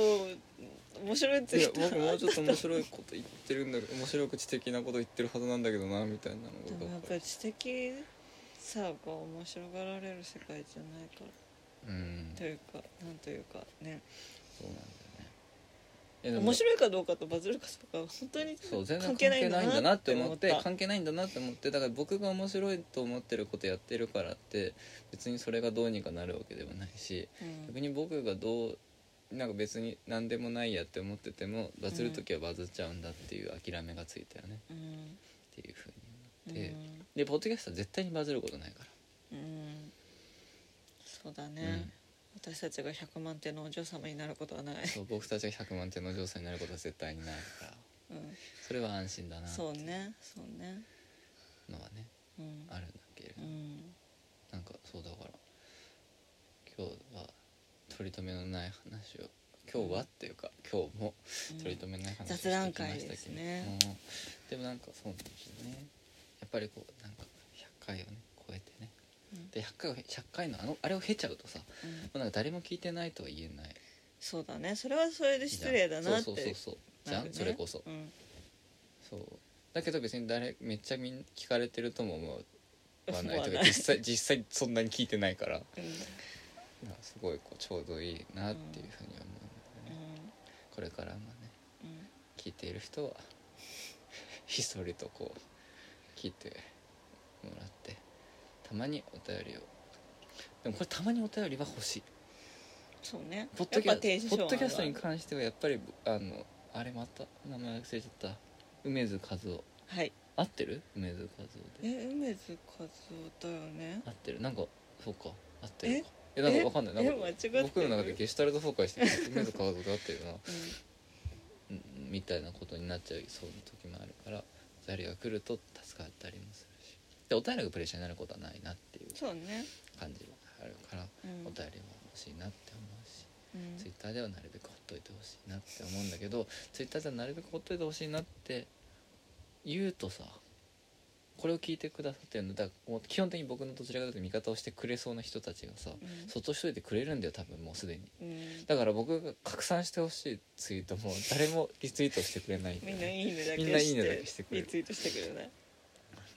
S2: 面白いツイ
S1: い や
S2: ート
S1: 僕もうちょっと面白いこと言ってるんだけど面白く知的なこと言ってるはずなんだけどなみたいなの
S2: で
S1: が
S2: も
S1: 分
S2: や
S1: か
S2: っ
S1: った
S2: ぱ知的さが面白がられる世界じゃないから
S1: うん
S2: というかなんというかね
S1: そうなんだよねいやでも
S2: 面白いかどうかとバズるかどうか本当に
S1: そう全然関
S2: 関
S1: 係
S2: 係
S1: な
S2: ないい
S1: ん
S2: ん
S1: だ
S2: だ
S1: なっ
S2: なってて
S1: 思
S2: 思
S1: っ
S2: ってた
S1: 関係ないんだなって思ってだから僕が面白いと思ってることやってるからって別にそれがどうにかなるわけではないし
S2: うん
S1: 逆に僕がどうなんか別に何でもないやって思っててもバズる時はバズっちゃうんだっていう諦めがついたよね
S2: うん
S1: っていうふう
S2: う
S1: になって
S2: ん
S1: でポッドキャストは絶対にバズることないから
S2: うんそうだね、私たちが100万点のお嬢様になることはない、
S1: そう僕たちが100万点の上手になることは絶対にないから
S2: うん、
S1: それは安心だなっていう
S2: そうねそうね
S1: のはね
S2: うん
S1: あるんだけれど
S2: うん
S1: なんかそうだから今日は取り留めのない話を今日はっていうか今日も取り留めない話をして
S2: 雑談
S1: きま
S2: 会
S1: したけ
S2: です
S1: ど、
S2: ね
S1: うんでもなんかそうなんですよねやっぱりこうなんか100回をね超えてね
S2: うん
S1: で100回を100回のあのあれを経ちゃうとさも
S2: うん
S1: うなんか誰も聞いてないとは言えない
S2: そうだねそれはそれで失礼だなって
S1: そうそうそうそうじゃ、
S2: なんるね
S1: それこそ
S2: うん
S1: そうだけど別に誰めっちゃみん聞かれてるとも思わないと
S2: 思
S1: いう
S2: わ
S1: か
S2: ない
S1: 実際実際そんなに聞いてないから
S2: うん
S1: まあすごいこうちょうどいいなっていうふうに思うので、ねこれからもね
S2: うんうん
S1: 聞いている人はひっそりとこう聞いてもらってたまにお便りをでもこれたまにお便りは欲しい
S2: そうね
S1: ポッドキャ
S2: やっぱ定時
S1: ポ
S2: 書
S1: ッドキャスト
S2: は
S1: に関してはやっぱりあのあれまた名前忘れちゃった梅津和夫
S2: はい
S1: 合ってる梅津和夫で
S2: え梅津和夫だよね
S1: 合ってるなんかそうか合ってるかえなんかわかんないなん
S2: え
S1: か
S2: 間違ってる
S1: 僕の中でゲシュタルト崩壊してる梅津和夫で合ってるなうんみたいなことになっちゃいそうな時もあるからお便りが来ると助かったりもするしでお便りがプレッシャーになることはないなっていう
S2: うんそうね
S1: 感じはあるから
S2: うん
S1: お便りも欲しいなって思うし、
S2: うん
S1: ツイッターではなるべくほっといてほしいなって思うんだけどツイッターではなるべくほっといてほしいなって言うとさこれを聞いてくださってるのだからもう基本的に僕のどちらかというと味方をしてくれそうな人たちがさ
S2: うん
S1: そっとしといてくれるんだよ多分もうすでに
S2: うん
S1: だから僕が拡散してほしいツイートも誰もリツイートしてくれないんだ
S2: み
S1: よ
S2: ん
S1: ね
S2: ないいねだけ
S1: みんないいねだけしてくれる
S2: リツイートしてくれない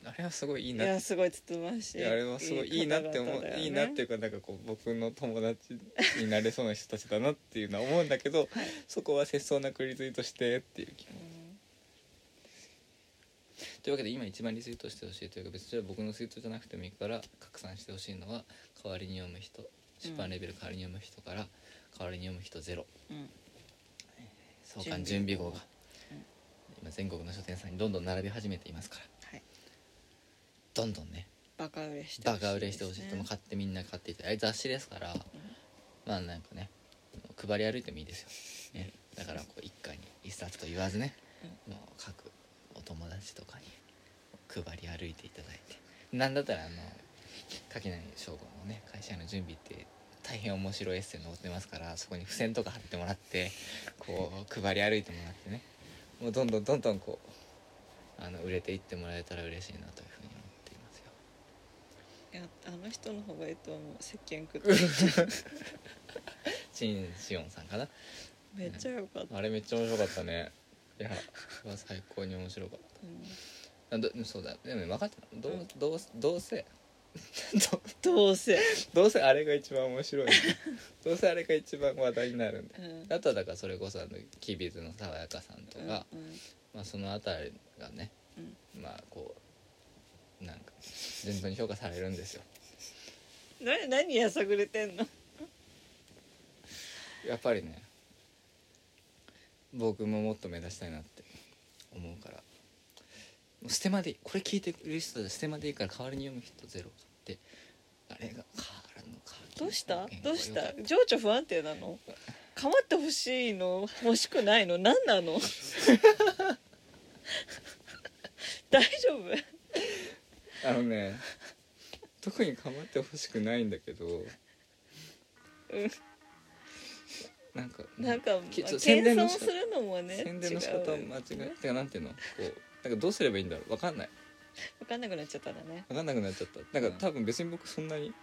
S1: あれはすごいいい
S2: い
S1: な
S2: やすごいつつまし
S1: い
S2: い
S1: やあれはすごいいいなって思う
S2: 方々だよね
S1: いいなっていうかなんかこう僕の友達になれそうな人たちだなっていうのは思うんだ けどそこは節操なくリツイートしてっていう気
S2: う
S1: 持ち
S2: ん
S1: というわけで今一番リツイートしてほしいというか別にそれは僕のツイートじゃなくてもいいから拡散してほしいのは代わりに読む人出版レベル代わりに読む人から代わりに読む人ゼロ
S2: うん
S1: 創刊準備号が
S2: うん
S1: 今全国の書店さんにどんどん並び始めていますから
S2: はい
S1: どんどんね
S2: バカ売れして
S1: バカ売れしてほしい
S2: です
S1: 人
S2: ね
S1: も買ってみんな買っていただいてあれ雑誌ですからまあなんかね配り歩いてもいいですよ、ね、だからこう一家に一冊と言わずねもう各お友達とかに配り歩いていただいてなんだったらあの垣内翔吾のね会社の準備って大変面白いエッセイ載ってますからそこに付箋とか貼ってもらってこう配り歩いてもらってねもうどんどんどんどんこうあの売れていってもらえたら嬉しいなというふうに思っていますよ。
S2: いやあの人の方がいいと思う石鹸食って
S1: チンシオンさんかな
S2: めっちゃ良かった、
S1: あれめっちゃ面白かったね いやうわ最高に面白かっ
S2: うん
S1: たあどそうだでも分かってたどうどうどうせ ど
S2: どうせ、
S1: どうせあれが一番面白い んだどうせあれが一番話題になるんだ
S2: うんうん
S1: あとはだからそれこそあのキビズの爽やかさんとか、
S2: うん
S1: まあ、その辺りがね、まあこうなんか順当に評価されるんですよ
S2: な何やさぐれてんの
S1: やっぱりね僕ももっと目指したいなって思うからもうステマでいいこれ聞いてる人でステマでいいから代わりに読む人ゼロってあれが変わるのか
S2: どうした
S1: 原稿
S2: どうし
S1: よか
S2: た
S1: った
S2: 情緒不安定なの構ってほしいの欲しくないの何なの 大丈夫
S1: あのね特に構ってほしくないんだけど
S2: うん
S1: なんか
S2: なんか、まあ、
S1: きちょ
S2: 謙
S1: 宣伝の
S2: 遜
S1: 仕
S2: す
S1: 方
S2: るのもね
S1: 宣伝の仕方
S2: 違う
S1: 間違えてかなんていうのこうなんかどうすればいいんだろうわかんない
S2: 分かんなくなっちゃったんだね
S1: わかんなくなっちゃったなんか多分別に僕そんなに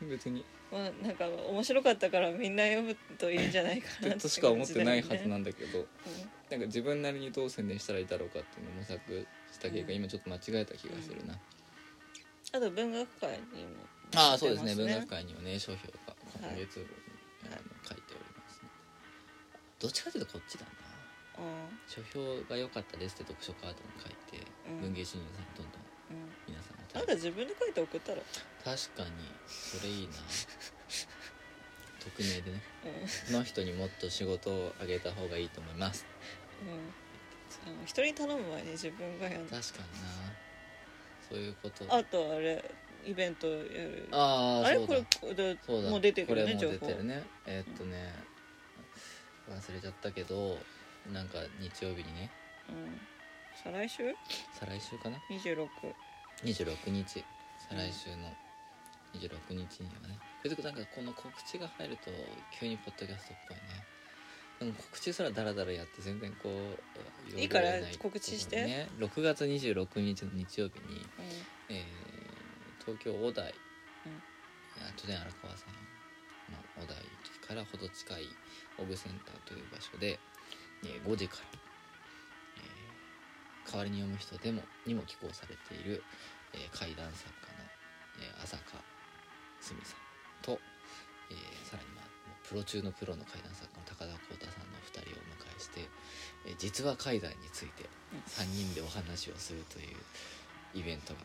S2: うん
S1: 別 に
S2: まあなんか面白かったからみんな読むといいんじゃないかな
S1: としか思ってないはずなんんだけど
S2: う
S1: なんか自分なりにどう宣伝したらいいだろうかっていうのを模索した結果、
S2: うん
S1: 今ちょっと間違えた気がするな、
S2: んあと文学界にも
S1: ああそうですね
S2: 出
S1: 文
S2: ます
S1: 学界にもね商標が今月号に、
S2: はい
S1: あの書いておりますねどっちかというとこっちだな
S2: うん
S1: 書評が良かったですって読書カードに書いて、
S2: うん
S1: 文芸新人さんにどんどん
S2: うん
S1: 皆さんが
S2: なんか自分で書いて送ったら、
S1: 確かにそれいいな匿名 でね
S2: うんうん、
S1: この人にもっと仕事をあげた方がいいと思います
S2: あの人に頼む前に自分がやる
S1: 確かになそういうこと
S2: あとあれイベントやるあ
S1: あー
S2: れ
S1: そう
S2: こ
S1: だ
S2: れで
S1: そうだ
S2: もう出てくるね
S1: これ
S2: 情
S1: もう
S2: 報
S1: 出てるねえーっとね忘れちゃったけどなんか日曜日にね
S2: うん、再来週
S1: 再来週かな
S2: 26
S1: 26日再来週の26日にはねそれでなんかこの告知が入ると急にポッドキャストっぽいねでも告知すらダラダラやって全然こう
S2: いいから
S1: 呼ばれな
S2: 告知して
S1: ね6月26日の日曜日に
S2: うん
S1: えー東京小田井、
S2: うん
S1: あ都電荒川線の小田井駅からほど近いオブセンターという場所で、えー5時から、えー代わりに読む人でもにも寄稿されている、えー怪談作家の、えー浅香澄さんと、えーさらに、まあ、もうプロ中のプロの怪談作家の高田浩太さんの2人をお迎えして、えー実は怪談について
S2: うん
S1: 3人でお話をするというイベントが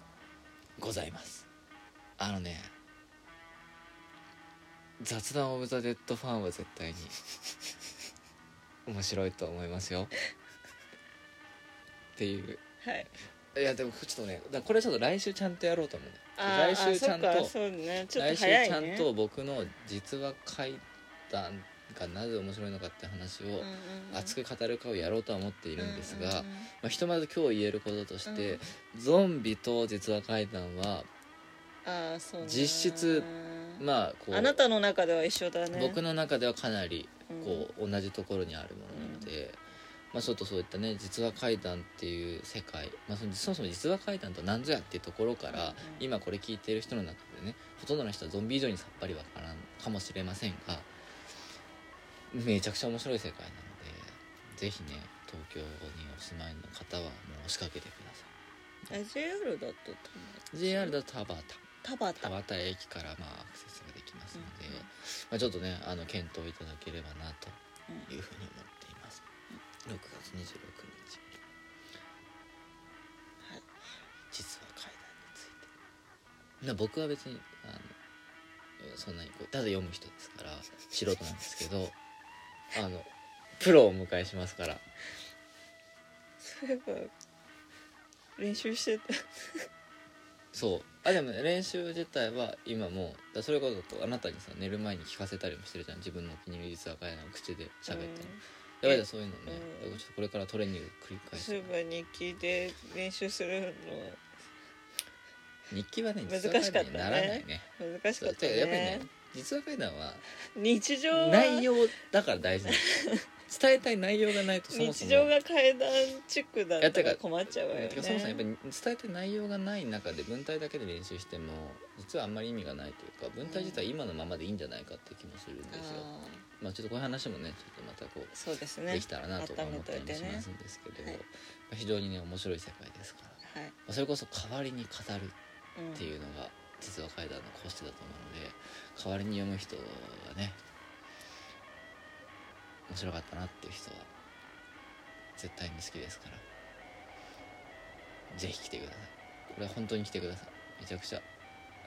S1: ございますあのね雑談オブザ・デッドファンは絶 対に面白いと思いますよっていう
S2: はい
S1: いやでもちょっとねだからこれちょっと来週ちゃんとやろうと思う
S2: あー
S1: 来週ちゃんと
S2: あそっかそうねちょっ
S1: 来
S2: と
S1: 週
S2: 早い
S1: ち
S2: ね
S1: ゃんと僕の実は怪談がなぜ面白いのかって話を熱
S2: く
S1: く語るかをやろうとは思っているんですが、
S2: うんうんうん
S1: まあ、ひとまず今日言えることとして、ゾンビと実は怪談は
S2: あーそうね
S1: 実質まあこう
S2: あなたの中では一緒だね
S1: 僕の中ではかなり
S2: うん
S1: こう同じところにあるものなので、まあ、ちょっとそういったね実話怪談っていう世界、まあ、そのそもそも実話怪談と何ぞやっていうところから、
S2: うん
S1: 今これ聞いてる人の中でねほとんどの人はゾンビ以上にさっぱりわからんかもしれませんがめちゃくちゃ面白い世界なのでぜひね東京にお住まいの方はもう押しかけてください
S2: え JR だと
S1: JR だと田端
S2: 田端
S1: 田端駅からまあアクセスができますので、
S2: うんうん
S1: まあ、ちょっとねあの検討いただければなというふうに思っています6月26日
S2: はい
S1: 実は階段についてな僕は別にあのそんなにこうただ読む人ですから素人なんですけ どあのプロをお迎えしますから
S2: そういえば 練習してた
S1: そうあでもね練習自体は今もうだそれこそこうあなたにさ寝る前に聞かせたりもしてるじゃん自分のお気に入り実は階段を口で喋ったり、だからそういうのね、
S2: うん
S1: ちょっとこれからトレーニング繰り
S2: うん
S1: 返
S2: そうい
S1: す
S2: えば日記で練習する
S1: 日記はね
S2: 難し
S1: 実
S2: かっ
S1: 話会
S2: たね
S1: 談にならないね
S2: の難し
S1: そう
S2: かった
S1: てかやっぱりね
S2: ね
S1: 実話会談は
S2: 日常は
S1: 内容だから大事なの伝えたい内容がないとそもそ
S2: 日
S1: も
S2: 常が階段チックだっ
S1: いや
S2: たら
S1: てか
S2: 困っちゃうわよね
S1: てかそもそもやっぱり伝えたい内容がない中で文体だけで練習しても実はあんまり意味がないというか文体自体今のままでいいんじゃないかって気もするんですよ、
S2: あ
S1: まあちょっとこういう話もねちょっとまたこう
S2: ーそうですね
S1: できたらなとか思ったりも
S2: 温めとい
S1: して
S2: ね
S1: ますんですけど、
S2: はい
S1: まあ非常にね面白い世界ですから、ま
S2: はい、
S1: あそれこそ代わりに語る
S2: うん
S1: っていうのが実は階段の講師だと思うので代わりに読む人はね面白かったなっていう人は絶対に好きですからぜひ来てくださいこれは本当に来てくださいめちゃくちゃ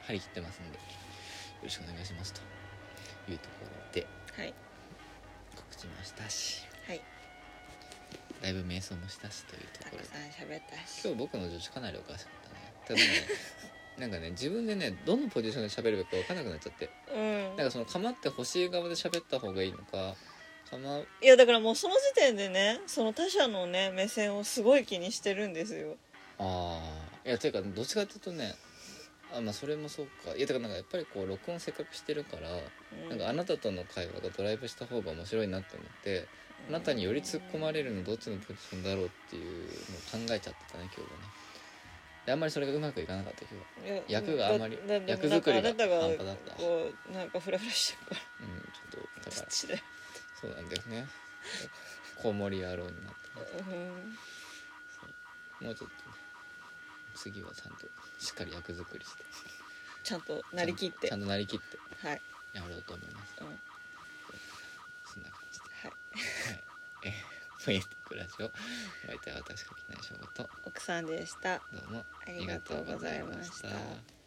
S1: 張り切ってますんでよろしくお願いしますというところで
S2: はい
S1: 告知もしたし
S2: はい
S1: だいぶ瞑想もしたしというと
S2: た
S1: ころ
S2: く
S1: で
S2: さん喋ったし
S1: 今日僕の助手かなりおかしかったねただねなんかね 自分でねどのポジションで喋るべきか分かんなくなっちゃって
S2: うん
S1: なんかその構ってほしい側で喋った方がいいのか構う
S2: いやだからもうその時点でねその他者のね目線をすごい気にしてるんですよ
S1: ああいやていうかどっちかっていうとねあまあそれもそうかいやだからなんかやっぱりこう録音せっかくしてるから、
S2: うん
S1: なんかあなたとの会話がドライブした方が面白いなって思ってあなたにより突っ込まれるのどっちのポジションだろうっていうのを考えちゃってたね今日はねであんまりそれがうまくいかなかった今日は
S2: や
S1: 役があんまり
S2: だだ
S1: 役作りが
S2: なんかあな
S1: 半
S2: た
S1: 端
S2: が
S1: だった
S2: こうなんかフラフラしてるから
S1: うんちょっとだから
S2: 土で、
S1: そうなんだよね 子守野郎になってね
S2: うん、
S1: もうちょっとね次はちゃんとしっかり役作りして
S2: ちゃんとなりきって
S1: ちゃんとなりきって
S2: はい、
S1: やろうと思います
S2: うん、はい
S1: そんな感じではいえー「 ポエティックラジオ」お相手は私柿内翔吾と
S2: 奥さんでした
S1: どうも
S2: ありがとうございました
S1: ありがとうございました